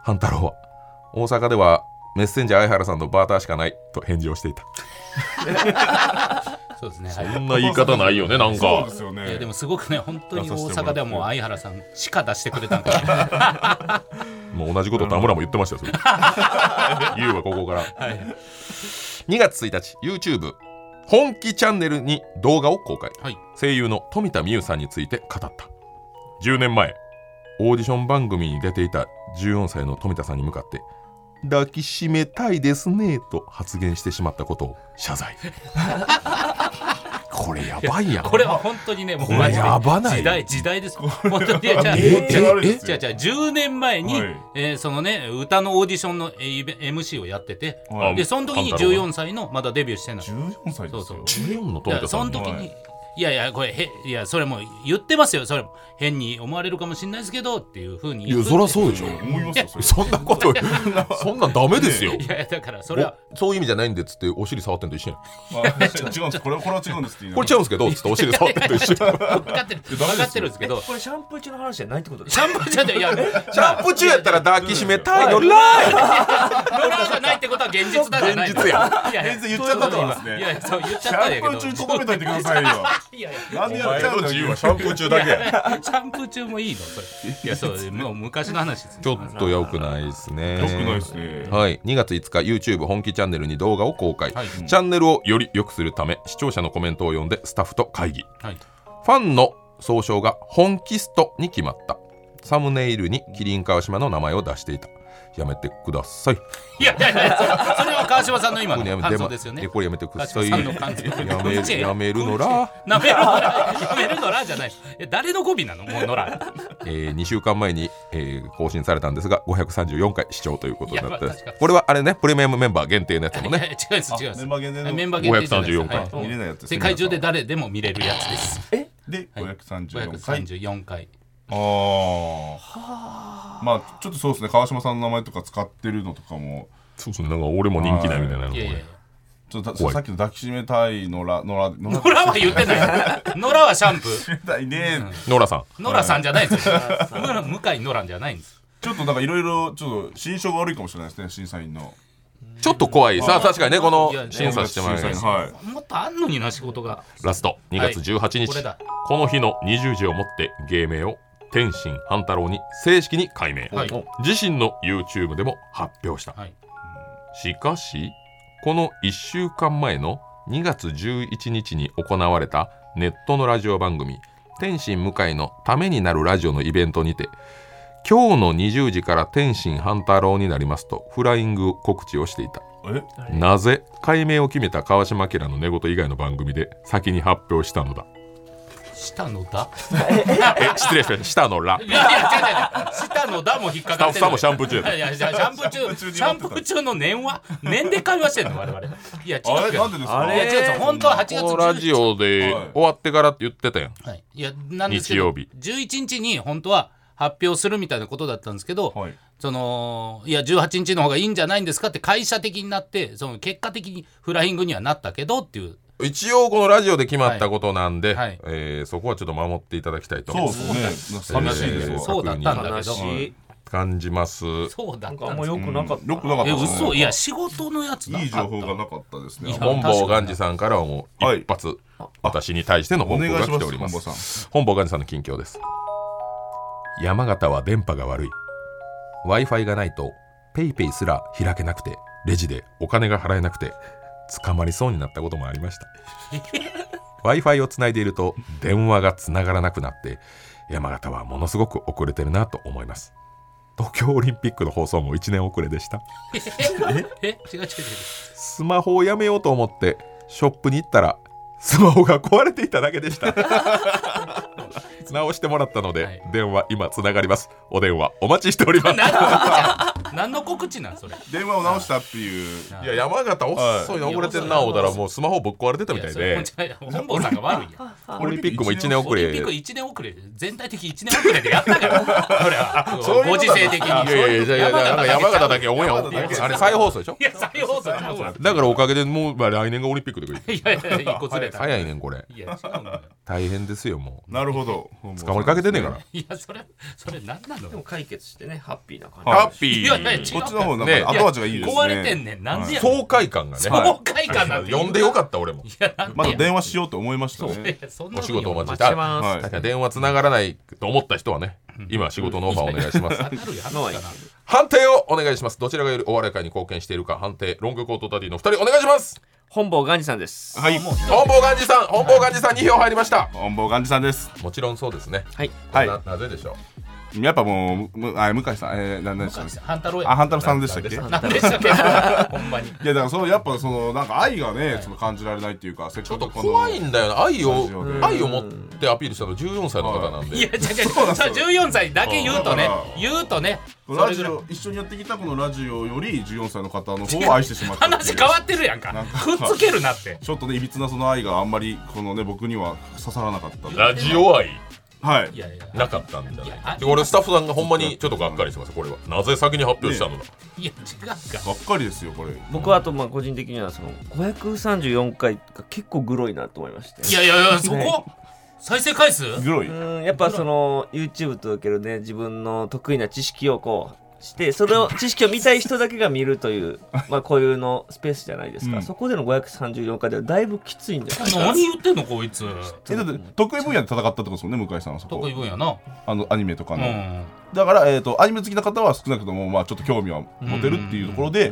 Speaker 1: 半太郎は「大阪ではメッセンジャー相原さんのバーターしかない」と返事をしていた
Speaker 2: そうですね、
Speaker 1: そ
Speaker 2: はい
Speaker 1: んな言い方ないよねなん
Speaker 3: そう
Speaker 1: か
Speaker 3: ですよ
Speaker 2: いや
Speaker 3: ね
Speaker 2: でもすごくね本当に
Speaker 3: 出さ
Speaker 2: 大
Speaker 3: せてもら
Speaker 2: 阪
Speaker 3: って
Speaker 2: ではもう相原さんしか出してくれたんか
Speaker 1: もう同じこと田村も言ってましたよそ れ言うわここから
Speaker 2: はい
Speaker 1: 2月1日 YouTube 本気チャンネルに動画を公開、
Speaker 2: はい
Speaker 1: 声優の富田美優さんについて語った10年前オーディション番組に出ていた14歳の富田さんに向かって「抱きしめたいですね」と発言してしまったことを謝罪これやばいやん
Speaker 2: これは本当にねもう
Speaker 1: これ
Speaker 2: マジで
Speaker 1: やばない
Speaker 2: 時代時代です本当にいやじゃあ
Speaker 3: めっちゃ悪いです
Speaker 2: じゃ
Speaker 3: よ
Speaker 2: あじゃあ10年前に、
Speaker 3: はい
Speaker 2: えーそのね歌のオーディションのえーイベ MC をやってて、
Speaker 3: はい
Speaker 2: でその時に
Speaker 1: 勘太郎が
Speaker 2: 14歳のまだデビューしてない
Speaker 3: 14歳ですよ
Speaker 1: 14の
Speaker 2: い
Speaker 1: 富
Speaker 2: や
Speaker 1: 田
Speaker 2: そ
Speaker 1: さん
Speaker 2: の
Speaker 1: に
Speaker 2: 時に、、
Speaker 3: はい
Speaker 2: やいやこれへいやそれもう言ってますよそれも変に思われるかもしれないですけどっていうふうに
Speaker 1: い
Speaker 2: 言
Speaker 1: やそりゃそうでしょ
Speaker 3: 思いますよそれ
Speaker 1: そんなことそんなんダメですよ
Speaker 2: いやいやだからそれは
Speaker 1: おそういう意味じゃないんでっつってお尻触ってんと一緒やん
Speaker 3: あ違うんですこれはこれは違うんですって言いな
Speaker 1: こ
Speaker 3: が
Speaker 1: れ
Speaker 3: ら
Speaker 1: 違うんですけどっつってお尻触ってんと一緒やん
Speaker 2: 分かってる分かってるんですけど
Speaker 4: これシャンプー中の話じゃないってことです
Speaker 2: シャンプーちゃんでいや
Speaker 1: シャ ンプー中やったら抱きしめたいのライ
Speaker 2: ロラーがないってことは現実だじゃない
Speaker 1: 現実や
Speaker 2: いやいや
Speaker 3: 現実言っちゃったってことですね
Speaker 2: いやいやそう言っち
Speaker 3: シ
Speaker 2: ゃったん
Speaker 3: ャ
Speaker 2: や
Speaker 3: ン
Speaker 2: け
Speaker 3: プ
Speaker 2: ど
Speaker 3: ー中に留めといてくださいよ
Speaker 2: いやいや
Speaker 3: なんでやっちゃうんだよ
Speaker 1: ャンプー中だけや
Speaker 2: シャンプー中もいいのそれいやそうもう昔の話ですね
Speaker 1: ちょっとよくないですね
Speaker 3: 良くないですね
Speaker 1: はい、2月5日 YouTube 本気チャンネルに動画を公開、チャンネルをより良くするため視聴者のコメントを読んでスタッフと会議
Speaker 2: はい
Speaker 1: ファンの総称が本キストに決まったサムネイルに麒麟川島の名前を出していたやめてください
Speaker 2: いやいやいやそそれは川島さんの今
Speaker 1: これや
Speaker 2: の
Speaker 1: め
Speaker 2: 感
Speaker 1: て
Speaker 2: 想ですよ
Speaker 1: え
Speaker 2: ね
Speaker 1: これやめてくださ
Speaker 2: 川
Speaker 1: い
Speaker 2: 島さんの感想
Speaker 1: やめやめるのら
Speaker 2: なめるのらやめるのらじゃないえ誰の語尾なの もうのら
Speaker 1: えー、2週間前に、えー更新されたんですが534回視聴ということになってま
Speaker 2: いやま
Speaker 1: す
Speaker 2: あ確かに
Speaker 1: これはあれねプレミアムメンバー限定のやつも
Speaker 2: いや
Speaker 1: ね
Speaker 2: 違うです違うで
Speaker 3: あ
Speaker 2: す
Speaker 3: メンバー限定の
Speaker 2: メンバー限定じゃないです
Speaker 1: 534回
Speaker 2: はい
Speaker 3: 見れないやつ
Speaker 2: 世界中で誰でも見れるやつ です
Speaker 3: で
Speaker 2: はい
Speaker 3: 534回
Speaker 2: 534回
Speaker 3: ああまあちょっとそうですね川島さんの名前とか使ってるのとかも
Speaker 1: そうそうなんか俺も人気ないみたいなの
Speaker 2: い
Speaker 1: こ
Speaker 2: やいや
Speaker 1: れ
Speaker 3: ちょっと
Speaker 1: 怖い
Speaker 3: さっきの抱きしめたい野良野良野
Speaker 2: 野良は言ってない野良はシャンプー
Speaker 3: 抱きしめたいね
Speaker 1: ノラさん
Speaker 2: 野良さんじゃないんですよ野良向井野良じゃないんです
Speaker 3: ちょっとなんかいろいろちょっと心象が悪いかもしれないですね審査員の
Speaker 1: ちょっと怖いさあ確かにねこの
Speaker 2: いやね
Speaker 1: 審査してもらい
Speaker 3: 審
Speaker 1: ま
Speaker 3: 査
Speaker 1: す
Speaker 3: 員はい
Speaker 2: もっとあんのにな仕事が
Speaker 1: ラスト2月18
Speaker 2: これ
Speaker 1: 日、
Speaker 2: だ
Speaker 1: この日の20時をもって芸名を天心半太郎に正式に改名、
Speaker 2: はい
Speaker 1: 自身の YouTube でも発表した、
Speaker 2: はい
Speaker 1: しかしこの1週間前の2月11日に行われたネットのラジオ番組「天心向井のためになるラジオ」のイベントにて「今日の20時から天心半太郎になります」とフライング告知をしていた
Speaker 3: え
Speaker 1: なぜ改名を決めた川島明の寝言以外の番組で先に発表したの だ
Speaker 2: したのだ
Speaker 1: え失礼しましたしたのら
Speaker 2: いやいや違う違うしたのだも引っかかってる
Speaker 1: スタッフさんもシャンプー中
Speaker 2: いやいやシャンプー中シャンプー中の年は年で会話してんの我々いや違
Speaker 3: あ
Speaker 2: う
Speaker 3: れ
Speaker 2: よ
Speaker 3: なんでですか
Speaker 4: あ
Speaker 2: いや
Speaker 4: れ
Speaker 2: 違う違う本当は8月
Speaker 1: このラジ
Speaker 2: 11
Speaker 1: オで
Speaker 3: はい
Speaker 1: 終わってからって言ってたやん
Speaker 2: はい、いやなんですけ
Speaker 1: 日
Speaker 2: ど
Speaker 1: 曜日
Speaker 2: 11日に本当は発表するみたいなことだったんですけど、
Speaker 3: はい
Speaker 2: そのいや18日の方がいいんじゃないんですかって会社的になってその結果的にフライングにはなったけどっていう
Speaker 1: 一応このラジオで決まったことなんで、
Speaker 2: はいはい
Speaker 1: えーそこはちょっと守っていただきたいと
Speaker 3: そうですね寂しいです
Speaker 1: えー
Speaker 3: わ
Speaker 2: そうだったんだけ
Speaker 4: 悲
Speaker 2: ど
Speaker 4: しい
Speaker 1: 感じます
Speaker 2: そうだっ
Speaker 4: なんか
Speaker 2: た
Speaker 4: あ
Speaker 2: ん
Speaker 4: ん
Speaker 2: で
Speaker 4: ます良くなかった
Speaker 3: よくなかった
Speaker 2: え
Speaker 3: ですね
Speaker 2: 嘘いや仕事のやつだ
Speaker 3: いい情報がなかったですね
Speaker 2: いや
Speaker 1: 本坊ガンジさんからはもう
Speaker 3: はい
Speaker 1: 一発、私に対しての
Speaker 3: お
Speaker 1: 報
Speaker 3: 願
Speaker 1: 告
Speaker 3: い
Speaker 1: が来
Speaker 3: しま
Speaker 1: て
Speaker 3: す
Speaker 1: おりま
Speaker 3: 本
Speaker 1: す
Speaker 3: 坊さん
Speaker 1: 本坊ガンジさんの近況です山形は電波が悪い w i f i がないと PayPay すら開けなくてレジでお金が払えなくて捕まりそうになったこともありました w i f i をつないでいると電話がつながらなくなって山形はものすごく遅れてるなと思います東京オリンピックの放送も1年遅れでした
Speaker 2: え違う違う違う
Speaker 1: スマホをやめようと思ってショップに行ったらスマホが壊れていただけでした 直してもらったので、
Speaker 2: はい
Speaker 1: 電話今つながりますお電話お待ちしております
Speaker 2: 何の告知なん何の告知なんそれ
Speaker 3: 電話を直したっていう
Speaker 2: ない
Speaker 1: や山形遅いな
Speaker 2: はい
Speaker 1: 遅れてんなおだらもうスマホぶっ壊れてたみたい
Speaker 2: い
Speaker 1: で
Speaker 2: やそれもう違う本坊さんが悪いや
Speaker 1: オリンピックも1年遅
Speaker 2: オリンピッ
Speaker 1: れ
Speaker 2: ク1年遅れ全体的1年遅れでやったからそれは
Speaker 3: そういう
Speaker 2: ご
Speaker 3: こと
Speaker 2: 時
Speaker 3: なんだ
Speaker 2: 世的に
Speaker 1: いやいやいやいやいやなんか山形だけオンエア
Speaker 3: 山形だけ
Speaker 1: あれ再放送でしょ
Speaker 2: いや、再放送ちゃうわ。
Speaker 1: だからおかげでもうまあ来年がオリンピックで
Speaker 2: いやいやいや、一個ずれた。
Speaker 1: 早いねんこれ
Speaker 2: いや、違うのよ
Speaker 1: 大変ですよも
Speaker 3: なるほど
Speaker 1: う捕まりかけてんねんから
Speaker 2: いや、それ、それ何なの
Speaker 4: でも解決してねハッピーな感じ
Speaker 3: はい
Speaker 1: ハッピ
Speaker 2: いや
Speaker 1: ー
Speaker 2: いいや違う
Speaker 3: こっちの方なん
Speaker 1: ね
Speaker 3: か後味がいいですね
Speaker 2: 壊れてんねんなんでやねん
Speaker 1: 爽快感がね、
Speaker 2: 爽快感なんて
Speaker 1: 呼んでよかった俺も
Speaker 2: いやなん
Speaker 3: ま
Speaker 2: で
Speaker 3: だ
Speaker 2: や
Speaker 3: 電話しようと思いましたね
Speaker 2: いやそんな
Speaker 1: お
Speaker 2: の
Speaker 1: 仕事お待ちし
Speaker 4: 待
Speaker 1: て
Speaker 4: ちます。
Speaker 1: だから電話つながらないと思った人はね今仕事のオファーお願いします
Speaker 2: 当たるよ話
Speaker 4: はい
Speaker 2: かな
Speaker 1: 判定をお願いしますどちらがよりお笑い界に貢献しているか判定ロングコートダディの2人お願いします
Speaker 4: 本坊ガンジさんです。
Speaker 3: はい
Speaker 2: もう一人
Speaker 1: 本坊ガンジさん本坊ガンジさん2票入りました
Speaker 3: 本坊幹事さんです
Speaker 1: もちろんそうですね
Speaker 4: はい。
Speaker 3: はい
Speaker 1: ななぜでしょ
Speaker 3: やっぱもうむあ向井さんえー何でしたっけ
Speaker 2: 半太郎
Speaker 3: あ
Speaker 2: や
Speaker 3: 半太郎さんでしたっけ
Speaker 2: なんでしたっけほんまに
Speaker 3: いやだからそのやっぱそのなんか愛がねちょっと感じられないっていうかせっ
Speaker 1: うちょ
Speaker 3: か
Speaker 1: っと
Speaker 3: くこの
Speaker 1: 怖いんだよな愛を
Speaker 3: うん
Speaker 1: 愛を持ってアピールしたの14歳の方なん
Speaker 2: い
Speaker 1: で
Speaker 2: や違う違う
Speaker 3: そうなんですよ
Speaker 2: 14歳だけ言うとね
Speaker 3: だから
Speaker 2: 言うとねそ
Speaker 3: ラ
Speaker 2: れ
Speaker 3: ジ
Speaker 2: ぐらい
Speaker 3: オ一緒にやってきたこのラジオより14歳の方の方を愛してしまったってい
Speaker 2: 話
Speaker 3: う
Speaker 2: 変わってるやんか
Speaker 3: なんか
Speaker 2: くっつけるなって
Speaker 3: ちょっとねいびつなその愛があんまりこのね僕には刺さらなかった
Speaker 1: ラジオ愛
Speaker 3: はい
Speaker 2: いやいや
Speaker 1: なかったんじゃな
Speaker 2: い
Speaker 1: い
Speaker 2: や
Speaker 1: か
Speaker 2: あ
Speaker 1: で俺スタッフさんがほんまにちょっとがっかりしてますこれはなぜ先に発表したのだ
Speaker 2: いや違うか
Speaker 3: がっかりですよこれ
Speaker 4: 僕はあとまあ個人的にはその534回が結構グロいなと思いまして。
Speaker 2: いやいやいやそこ
Speaker 4: ね
Speaker 2: 再生回数
Speaker 3: グロ
Speaker 4: う
Speaker 3: い
Speaker 4: ーんやっぱその YouTube とおけるね自分の得意な知識をこうしてそれを知識を見たい人だけが見ると いうまあ固有のスペースじゃないですか、
Speaker 3: うん
Speaker 4: そこでの534回ではだいぶきついんじゃ ない
Speaker 2: 何言ってんのこいつ
Speaker 3: えだって得意分野で戦ったってことですもんね向井さんはそこ
Speaker 2: 得意分野な
Speaker 3: あのアニメとか
Speaker 2: う
Speaker 3: の、
Speaker 2: ん
Speaker 3: だから、えー、とアニメ好きな方は少なくとも、まあ、ちょっと興味は持てるっていうところで、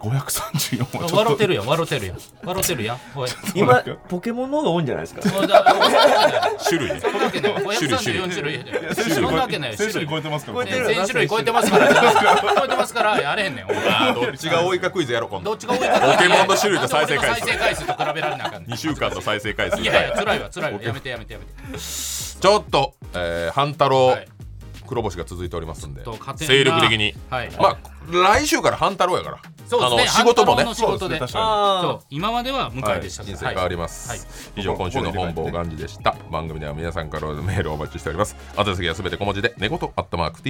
Speaker 3: 534はちょ
Speaker 2: 笑
Speaker 3: っ
Speaker 2: って
Speaker 3: と
Speaker 2: るやん笑ってるやん笑ってるやんおい
Speaker 4: 今ポケモンの方が多いんじゃないですか
Speaker 2: そんなわ
Speaker 1: 種類ね
Speaker 2: けない534種類そんなわけないよ
Speaker 3: 選手
Speaker 2: 種類
Speaker 3: に超えてますから
Speaker 4: 超えてる
Speaker 2: 全種類超えてますから超えてますからやれへんねんお
Speaker 1: あ
Speaker 2: 前
Speaker 1: ーどっちが多いかクイズやろう今
Speaker 2: ど
Speaker 1: 度
Speaker 2: っちが多いか
Speaker 1: ポケモンの種類と再生回数
Speaker 2: なんで俺の再生回数と比べられなあかんねん
Speaker 1: 2週間の再生回数
Speaker 2: いやいや辛いわ辛いわやめてやめてやめて
Speaker 1: ちょっと、えー、半太郎、
Speaker 2: はい
Speaker 1: 黒星が続いておりますんで
Speaker 2: ちょっと勝てんな
Speaker 1: 精力的に
Speaker 2: はい
Speaker 1: まあ来週から半太郎やから
Speaker 2: そうです
Speaker 1: あ
Speaker 2: ね
Speaker 1: の仕事もね
Speaker 2: 半太郎の仕事で
Speaker 3: そうですね確かに
Speaker 2: そう
Speaker 4: あ
Speaker 2: 今までは向井でした
Speaker 1: 人生
Speaker 2: から
Speaker 1: 変わります、
Speaker 2: はい
Speaker 1: 以上今週の本望願寺でした番組では皆さんからのメールをお待ちしております宛先はすべて小文字で寝言アットマーク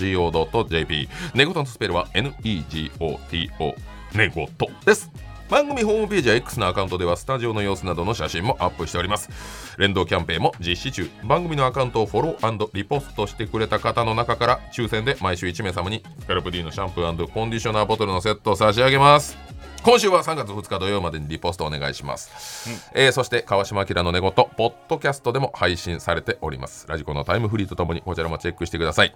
Speaker 1: TBS.CO.JP 寝言のスペルは NEGOTO 寝言です番組ホームページや X のアカウントではスタジオの様子などの写真もアップしております連動キャンペーンも実施中番組のアカウントをフォローリポストしてくれた方の中から抽選で毎週1名様にスカルプ D のシャンプーコンディショナーボトルのセットを差し上げます今週は3月2日土曜までにリポストお願いします、えーそして川島明の寝言ポッドキャストでも配信されておりますラジコのタイムフリーとともにこちらもチェックしてください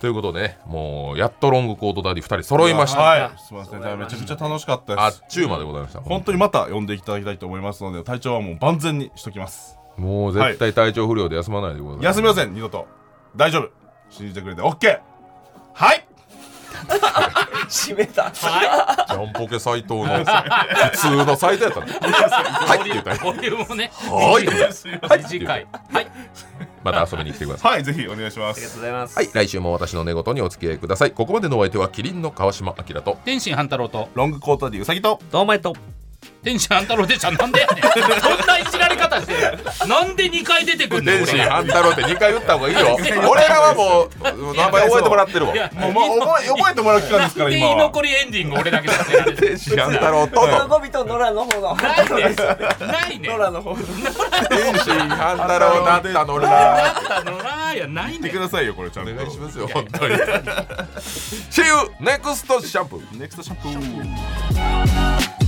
Speaker 1: ということでねもうやっとロングコートダディ2人揃いました、
Speaker 3: はいすみませんめちゃくちゃ楽しかった
Speaker 1: あ
Speaker 3: で
Speaker 1: っ
Speaker 3: す
Speaker 1: ちゅうまでございました
Speaker 3: 本当にまた呼んでいただきたいと思いますので体調はもう万全にしときます
Speaker 1: もう絶対体調不良で休まないでください、
Speaker 3: 休みません二度と大丈夫信じてくれて OK はい
Speaker 4: あ閉めた
Speaker 1: ジャンポケ斎藤の 普通の斎藤やったねはいって言ったね
Speaker 2: ボリュームね
Speaker 1: はいって言ったね
Speaker 2: 短いはい
Speaker 1: また遊びに来てください
Speaker 3: はいぜひお願いしま
Speaker 4: ありがとう
Speaker 3: す
Speaker 4: ございます、
Speaker 1: はい来週も私の寝言にお付き合いくださいここまでのお相手はキリンの川島明と
Speaker 2: 天心半太郎と
Speaker 3: ロングコートダディうさぎと
Speaker 4: どうもえっと
Speaker 2: 天心半太郎でちゃんなんでやねんそんないじられ方してなんで2回出てくんねん
Speaker 1: 天
Speaker 2: 俺
Speaker 1: 心
Speaker 2: い
Speaker 1: 半太郎って2回打った方がいい よ俺らはもう名前覚えてもらってるわ
Speaker 2: や
Speaker 3: もう、ま、覚え覚えてもらう期間で すから
Speaker 2: で
Speaker 3: 今
Speaker 2: 居
Speaker 3: は
Speaker 2: 残りエンディング俺だけさせられて
Speaker 1: 天心半太郎との
Speaker 4: 喜びとノラの方が
Speaker 2: ないねないね
Speaker 4: ノラの方が
Speaker 1: 天心半太郎だったのら
Speaker 2: だったのなやない
Speaker 3: 言って
Speaker 2: ね
Speaker 3: くださいよこれちゃんと
Speaker 1: お願いしますよ本当に See you next shampoo
Speaker 3: ネクストシャンプー